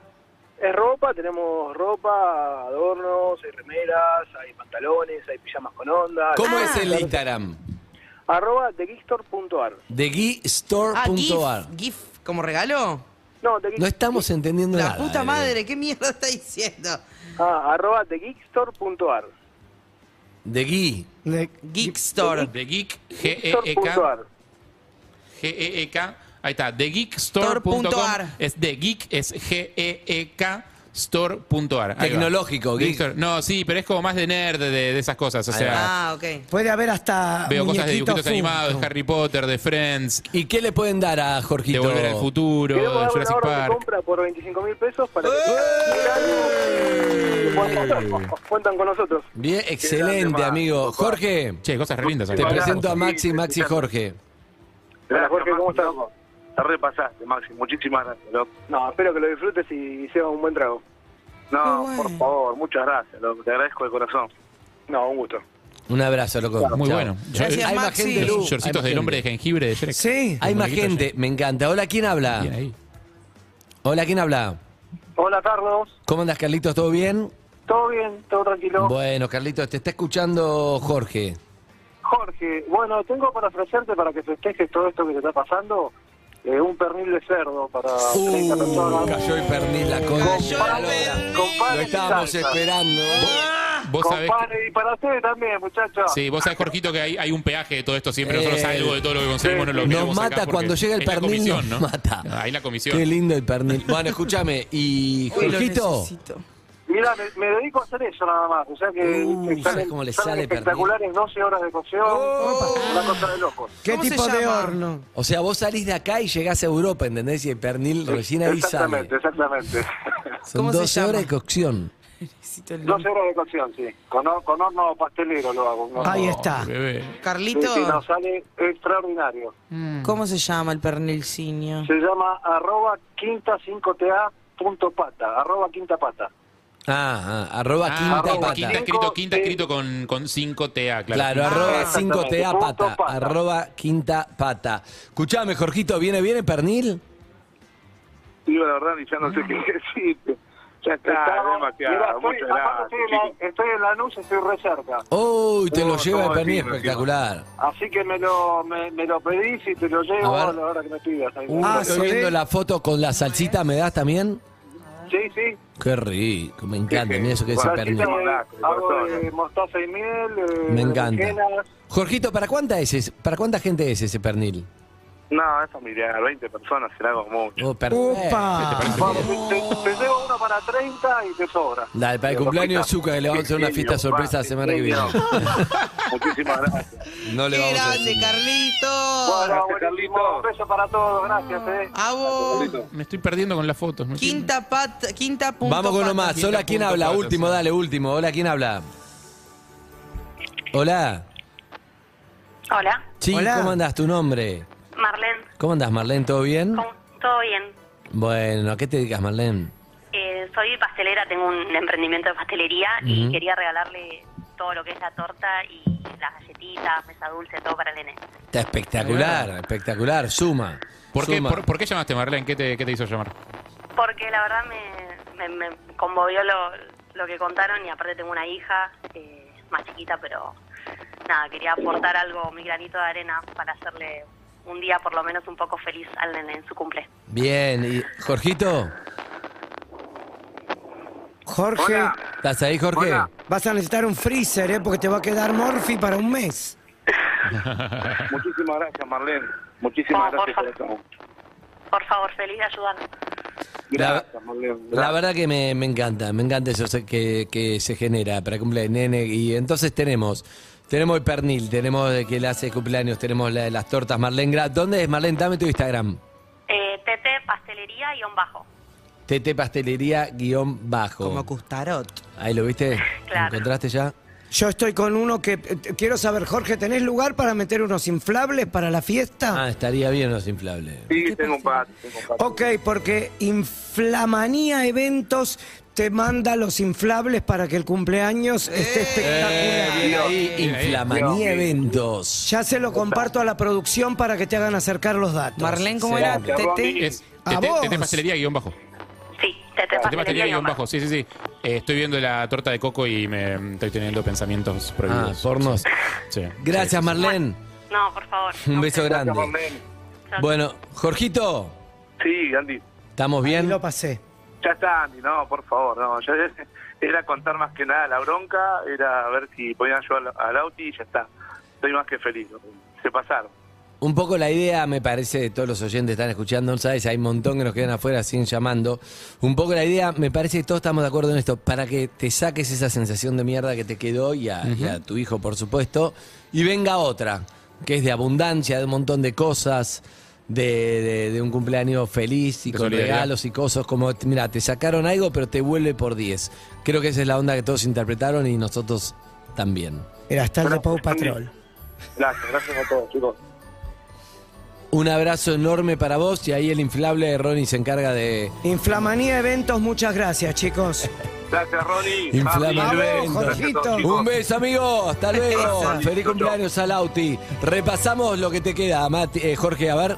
Speaker 1: Es ropa, tenemos ropa, adornos, hay remeras, hay pantalones, hay pijamas con onda.
Speaker 3: ¿Cómo
Speaker 5: Ah.
Speaker 1: hay-
Speaker 3: es el Instagram?
Speaker 1: Arroba thegeekstore.ar.
Speaker 3: De
Speaker 5: Ah, GIF,
Speaker 3: GeeStore.ar.
Speaker 5: GIF, como regalo.
Speaker 1: No, The Geek-
Speaker 3: No estamos entendiendo
Speaker 5: La
Speaker 3: nada.
Speaker 5: puta
Speaker 3: eh.
Speaker 5: madre, ¿qué mierda está diciendo?
Speaker 1: ah, arroba thegeekstore.ar.
Speaker 3: De Gui.
Speaker 7: Le-
Speaker 5: Geek Store.
Speaker 6: The Geek, E G-E-E-K,
Speaker 1: Geekstore.ar.
Speaker 6: G-E-E-K, E ahí está, thegeekstore.com,
Speaker 5: Store.ar.
Speaker 6: es The Geek, es E G-E-E-K, store.ar. Ahí va.
Speaker 3: Tecnológico,
Speaker 6: The
Speaker 3: geek.
Speaker 6: Store. No, sí, pero es como más de nerd, de, de esas cosas, o sea,
Speaker 5: Ah, ok.
Speaker 7: Puede haber hasta.
Speaker 6: veo cosas de
Speaker 7: muñequitos
Speaker 6: dibujitos animados,
Speaker 7: Funko.
Speaker 6: de Harry Potter, de Friends,
Speaker 3: Ah, ¿Y qué le pueden dar a
Speaker 6: de
Speaker 3: Jorgito?
Speaker 6: Volver al Futuro,
Speaker 1: Queremos
Speaker 6: de
Speaker 1: dar una
Speaker 6: Jurassic
Speaker 1: orden de
Speaker 6: Park.
Speaker 1: compra por 25 mil pesos para que quieran- y cuentan- cuentan con nosotros.
Speaker 3: Bien,
Speaker 1: Qué
Speaker 3: excelente,
Speaker 1: grande,
Speaker 3: amigo.
Speaker 1: ma.
Speaker 3: Jorge,
Speaker 6: Che, cosas re lindas.
Speaker 3: te
Speaker 6: acá.
Speaker 3: presento a Maxi, Maxi Jorge.
Speaker 1: Hola Jorge, ¿cómo estás?
Speaker 12: Te repasaste, Maxi. Muchísimas gracias, loco.
Speaker 1: No, espero que lo disfrutes y sea un buen trago.
Speaker 12: No,
Speaker 5: Qué bueno.
Speaker 12: por favor, muchas gracias, loco. Te agradezco de corazón.
Speaker 1: No, un gusto.
Speaker 3: Un abrazo, loco.
Speaker 6: Muy
Speaker 3: Chao.
Speaker 6: bueno.
Speaker 5: Gracias,
Speaker 3: Hay más
Speaker 5: Maxi.
Speaker 3: gente, Lu.
Speaker 6: Los
Speaker 3: Hay más
Speaker 6: shortcitos del
Speaker 3: gente.
Speaker 6: hombre de jengibre de Shrek.
Speaker 7: Sí.
Speaker 3: Hay más
Speaker 6: Muñequito
Speaker 3: gente, me encanta. Hola, ¿quién habla?
Speaker 6: Bien ahí.
Speaker 3: Hola, ¿quién habla?
Speaker 1: Hola Carlos,
Speaker 3: ¿Cómo andas, Carlitos? ¿Todo bien?
Speaker 1: ¿todo bien? ¿Todo tranquilo?
Speaker 3: Bueno, Carlitos, te está escuchando Jorge.
Speaker 1: Jorge, bueno, tengo para ofrecerte para que festejes todo esto que te está pasando eh, un pernil de cerdo para 30 personas.
Speaker 3: Uh, cayó y pernil la
Speaker 1: Con
Speaker 3: concha.
Speaker 1: pan-
Speaker 3: de la lora.
Speaker 1: con pan
Speaker 3: Lo
Speaker 1: y
Speaker 3: estábamos
Speaker 1: salsa.
Speaker 3: esperando. ¿eh?
Speaker 6: Vos sabés
Speaker 1: Compadre, y para ustedes también, muchachos.
Speaker 6: Sí, vos sabés, Jorgito, que hay, hay un peaje de todo esto siempre. Nosotros
Speaker 3: Eh,
Speaker 6: algo de todo lo que conseguimos no lo
Speaker 3: nos
Speaker 6: queremos
Speaker 3: mata cuando llega el pernil, nos mata.
Speaker 6: Ahí la comisión.
Speaker 3: Qué lindo el pernil. Bueno, escúchame, y
Speaker 1: Uy, lo
Speaker 3: Jorgito.
Speaker 1: Mira, me, me dedico a hacer eso nada más. O sea que
Speaker 3: Uh,
Speaker 1: salen-
Speaker 3: ¿sabes cómo le
Speaker 1: salen
Speaker 3: sale, Pernil?
Speaker 1: espectaculares 12 horas de cocción. Una cosa de locos.
Speaker 7: ¿Qué tipo de horno?
Speaker 3: O sea, vos salís de acá y llegás a Europa, ¿entendés? Y el pernil recién ahí sale.
Speaker 1: Exactamente, exactamente.
Speaker 3: Son 12 horas de cocción.
Speaker 1: 12 horas de cocción, sí. Con, hor- con horno pastelero lo hago. un horno-
Speaker 5: Ahí está.
Speaker 1: Sí,
Speaker 5: Carlito,
Speaker 1: sí, nos sale extraordinario.
Speaker 5: ¿cómo se llama el
Speaker 3: Ah.
Speaker 5: pernilcinio?
Speaker 1: Se llama arroba quinta 5ta punto pata, arroba quinta pata.
Speaker 3: Ah, ah, arroba
Speaker 6: Ah,
Speaker 3: quinta
Speaker 6: arroba
Speaker 3: pata.
Speaker 6: quinta escrito, quinta escrito con, con 5 TA, claro.
Speaker 3: Claro, arroba 5
Speaker 6: TA
Speaker 3: TA pata, arroba quinta pata. Escuchame, Jorgito, ¿viene bien el pernil?
Speaker 1: Digo la verdad, y ya no sé qué decirte. Ya
Speaker 4: está, demasiado,
Speaker 1: estoy,
Speaker 4: muchas
Speaker 1: aparte estoy,
Speaker 4: gracias,
Speaker 1: en la, estoy en Lanús, estoy re cerca.
Speaker 3: Uy, te
Speaker 1: No,
Speaker 3: lo lleva el
Speaker 1: no,
Speaker 3: pernil,
Speaker 1: encima,
Speaker 3: espectacular.
Speaker 1: Así que me lo, me, me lo pedís y te lo llevo
Speaker 3: A
Speaker 1: a,
Speaker 3: ver.
Speaker 1: la hora que me pidas. Ahí
Speaker 3: Uh,
Speaker 1: está.
Speaker 3: estoy viendo la foto con la
Speaker 1: ¿Eh?
Speaker 3: salsita, ¿me das también?
Speaker 1: Sí, sí.
Speaker 3: Qué rico, me encanta, mira eso que es el
Speaker 1: Salsita
Speaker 3: pernil.
Speaker 1: de- hago de mostaza y miel. eh,
Speaker 3: Me encanta.
Speaker 1: berenjenas.
Speaker 3: Jorgito, ¿para cuánta es ese- ¿Para cuánta gente es ese pernil?
Speaker 4: No, es familiar, 20 personas será como mucho.
Speaker 3: Oh, perfecto.
Speaker 1: Vamos, te, te- te llevo uno para 30 y te sobra.
Speaker 3: Dale, para el cumpleaños de Zucca, que le vamos a hacer una fiesta sorpresa la semana que viene.
Speaker 1: Muchísimas gracias.
Speaker 3: No le vamos a decir.
Speaker 1: Bueno, buenísimo. Un beso para todos, gracias. Eh.
Speaker 5: A vos.
Speaker 6: Me estoy perdiendo con las fotos. me estoy-
Speaker 5: Quinta pata, quinta punto
Speaker 3: Vamos con uno
Speaker 5: pata.
Speaker 3: más. Hola, ¿quién
Speaker 6: punto
Speaker 3: habla?
Speaker 6: pata,
Speaker 3: Último, dale, último. Hola, ¿quién habla? Hola.
Speaker 2: Hola,
Speaker 3: Sí,
Speaker 2: Hola.
Speaker 3: ¿cómo andás? ¿Tu nombre?
Speaker 2: Marlene,
Speaker 3: ¿Cómo andás, Marlene? ¿Todo bien?
Speaker 2: todo bien.
Speaker 3: Bueno, ¿a qué te dedicas, Marlene?
Speaker 2: Eh, soy pastelera, tengo un emprendimiento de pastelería y
Speaker 3: Ujú.
Speaker 2: quería regalarle todo lo que es la torta y las galletitas, mesa dulce, todo para el nene.
Speaker 3: Está espectacular, espectacular. Suma.
Speaker 6: ¿Por, qué,
Speaker 3: suma.
Speaker 6: por, por qué llamaste, Marlene? ¿Qué te, qué te hizo llamar?
Speaker 2: Porque la verdad me, me, me conmovió lo, lo que contaron y aparte tengo una hija eh, más chiquita, pero nada, quería aportar algo, mi granito de arena, para hacerle un día por lo menos un poco feliz al nene en su cumple.
Speaker 3: Bien, y Jorgito,
Speaker 7: Jorge,
Speaker 3: ¿estás ahí, Jorge?
Speaker 7: vas a necesitar un freezer, ¿eh? Porque te va a quedar Morphy para un mes.
Speaker 1: Muchísimas gracias, Marlene. Muchísimas gracias por esto.
Speaker 2: Por favor, feliz de ayudar.
Speaker 3: La,
Speaker 1: Gracias, Marlene.
Speaker 3: la verdad que me, me encanta, me encanta eso se- que, que se genera para cumpleaños nene. Y entonces tenemos, tenemos el pernil, tenemos el que le hace cumpleaños, tenemos la- las tortas Marlene. Gra- ¿Dónde es Marlene? Dame tu Instagram.
Speaker 2: Eh, Tete, pastelería guión bajo.
Speaker 3: TT Pastelería guión bajo. Como
Speaker 5: Custarot.
Speaker 3: Ahí lo viste,
Speaker 2: Claro.
Speaker 3: ¿Lo encontraste ya.
Speaker 7: Yo estoy con uno que. eh, te- quiero saber, Jorge, ¿tenés lugar para meter unos inflables para la fiesta?
Speaker 3: Ah, estaría bien los inflables.
Speaker 4: Sí, tengo un par. tengo un par.
Speaker 7: Ok, porque Inflamanía Eventos te manda los inflables para que el cumpleaños esté espectacular.
Speaker 3: Eh, bien ahí, Inflamanía Eventos.
Speaker 7: Ya se lo comparto a la producción para que te hagan acercar los datos.
Speaker 5: Marlene, ¿cómo
Speaker 7: Será.
Speaker 5: era? Tete.
Speaker 6: Es
Speaker 7: A
Speaker 6: Tete-
Speaker 7: vos.
Speaker 6: Tete Pastelería guión bajo.
Speaker 2: Sí, Tete,
Speaker 6: Tete Pastelería guión
Speaker 2: bajo.
Speaker 6: bajo. Sí, sí, sí. Eh, estoy viendo la torta de coco y me estoy teniendo pensamientos
Speaker 3: Ah,
Speaker 6: prohibidos.
Speaker 3: pornos.
Speaker 6: Sí.
Speaker 3: Gracias, Marlene.
Speaker 2: No, por favor.
Speaker 3: Un beso grande.
Speaker 1: Marlene.
Speaker 3: Bueno, Jorgito,
Speaker 1: Sí, Andy.
Speaker 3: ¿estamos bien?
Speaker 7: Lo pasé.
Speaker 1: Ya está, Andy, no, por favor, no. Ya, era contar más que nada la bronca, era ver si podían ayudar al Auti y ya está. Estoy más que feliz. Se pasaron.
Speaker 3: Un poco la idea, me parece, de todos los oyentes que están escuchando, ¿sabes? Hay un montón que nos quedan afuera siguen llamando. Un poco la idea, me parece que todos estamos de acuerdo en esto, para que te saques esa sensación de mierda que te quedó y a, y a tu hijo, por supuesto, y venga otra, que es de abundancia, de un montón de cosas, de, de- de un cumpleaños feliz y
Speaker 6: De
Speaker 3: con
Speaker 6: solidaridad.
Speaker 3: regalos y cosas como, mira, te sacaron algo, pero te vuelve por 10. Creo que esa es la onda que todos interpretaron y nosotros también.
Speaker 7: Era hasta el de Pau Patrol.
Speaker 1: Gracias, gracias a todos, chicos.
Speaker 3: Un abrazo enorme para vos y ahí el inflable de Ronnie se encarga de...
Speaker 7: Inflamanía Eventos, muchas gracias, chicos.
Speaker 1: Gracias, Ronnie.
Speaker 3: Inflama
Speaker 1: Javi,
Speaker 3: el
Speaker 1: Lorenzo.
Speaker 7: Jorgito.
Speaker 1: Gracias a todos, chicos.
Speaker 3: Un beso, amigo. Hasta luego.
Speaker 1: Beso.
Speaker 3: Feliz cumpleaños al Auti. Repasamos lo que te queda, Mati- eh, Jorge. A ver.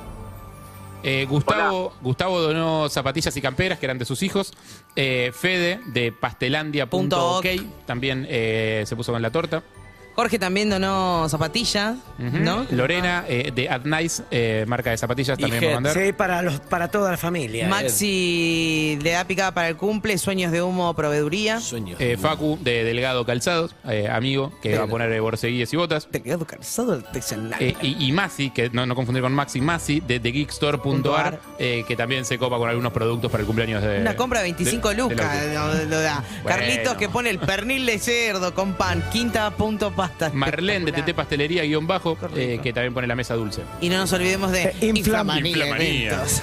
Speaker 6: Eh, Gustavo, Gustavo donó zapatillas y camperas que eran de sus hijos. Eh, Fede de pastelandia.ok
Speaker 5: Punto ok.
Speaker 6: también eh, se puso con la torta.
Speaker 5: Jorge también donó zapatilla,
Speaker 6: Ujú.
Speaker 5: ¿no?
Speaker 6: Lorena eh, de Adnice, eh, marca de zapatillas,
Speaker 5: Y
Speaker 6: también va
Speaker 5: Head.
Speaker 6: a mandar.
Speaker 5: Sí,
Speaker 7: para, los, para toda la familia.
Speaker 5: Maxi le da picada para el cumple, sueños de humo, proveeduría.
Speaker 6: Sueños. Eh, Facu de Delgado Calzados, eh, amigo, que va a poner eh, borceguillas y botas.
Speaker 7: Delgado Calzado artesanal.
Speaker 6: Eh, y, y Masi, que no, no confundir con Maxi, Masi de TheGeekStore.ar, eh, que también se copa con algunos productos para el cumpleaños de.
Speaker 5: Una compra de 25
Speaker 6: Eh, de- de
Speaker 5: lucas.
Speaker 6: Lauti.
Speaker 5: lo- lo da.
Speaker 6: Bueno.
Speaker 5: Carlitos que pone el pernil de cerdo con pan, quinta punto pasta.
Speaker 6: Marlene de TT Pastelería guión bajo, eh, que también pone la mesa dulce.
Speaker 5: Y no nos olvidemos
Speaker 7: Eh,
Speaker 5: de Inflamanía.
Speaker 6: Inflamanía.
Speaker 5: eventos.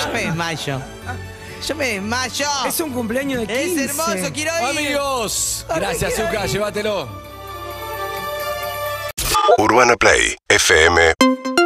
Speaker 5: Yo me desmayo. Yo me desmayo.
Speaker 7: Es un cumpleaños de 15.
Speaker 5: Es hermoso, quiero ir.
Speaker 3: Amigos,
Speaker 5: Ay,
Speaker 3: gracias,
Speaker 5: quiero
Speaker 3: Zucca,
Speaker 5: ir.
Speaker 3: llévatelo.
Speaker 1: Urbana Play fm.com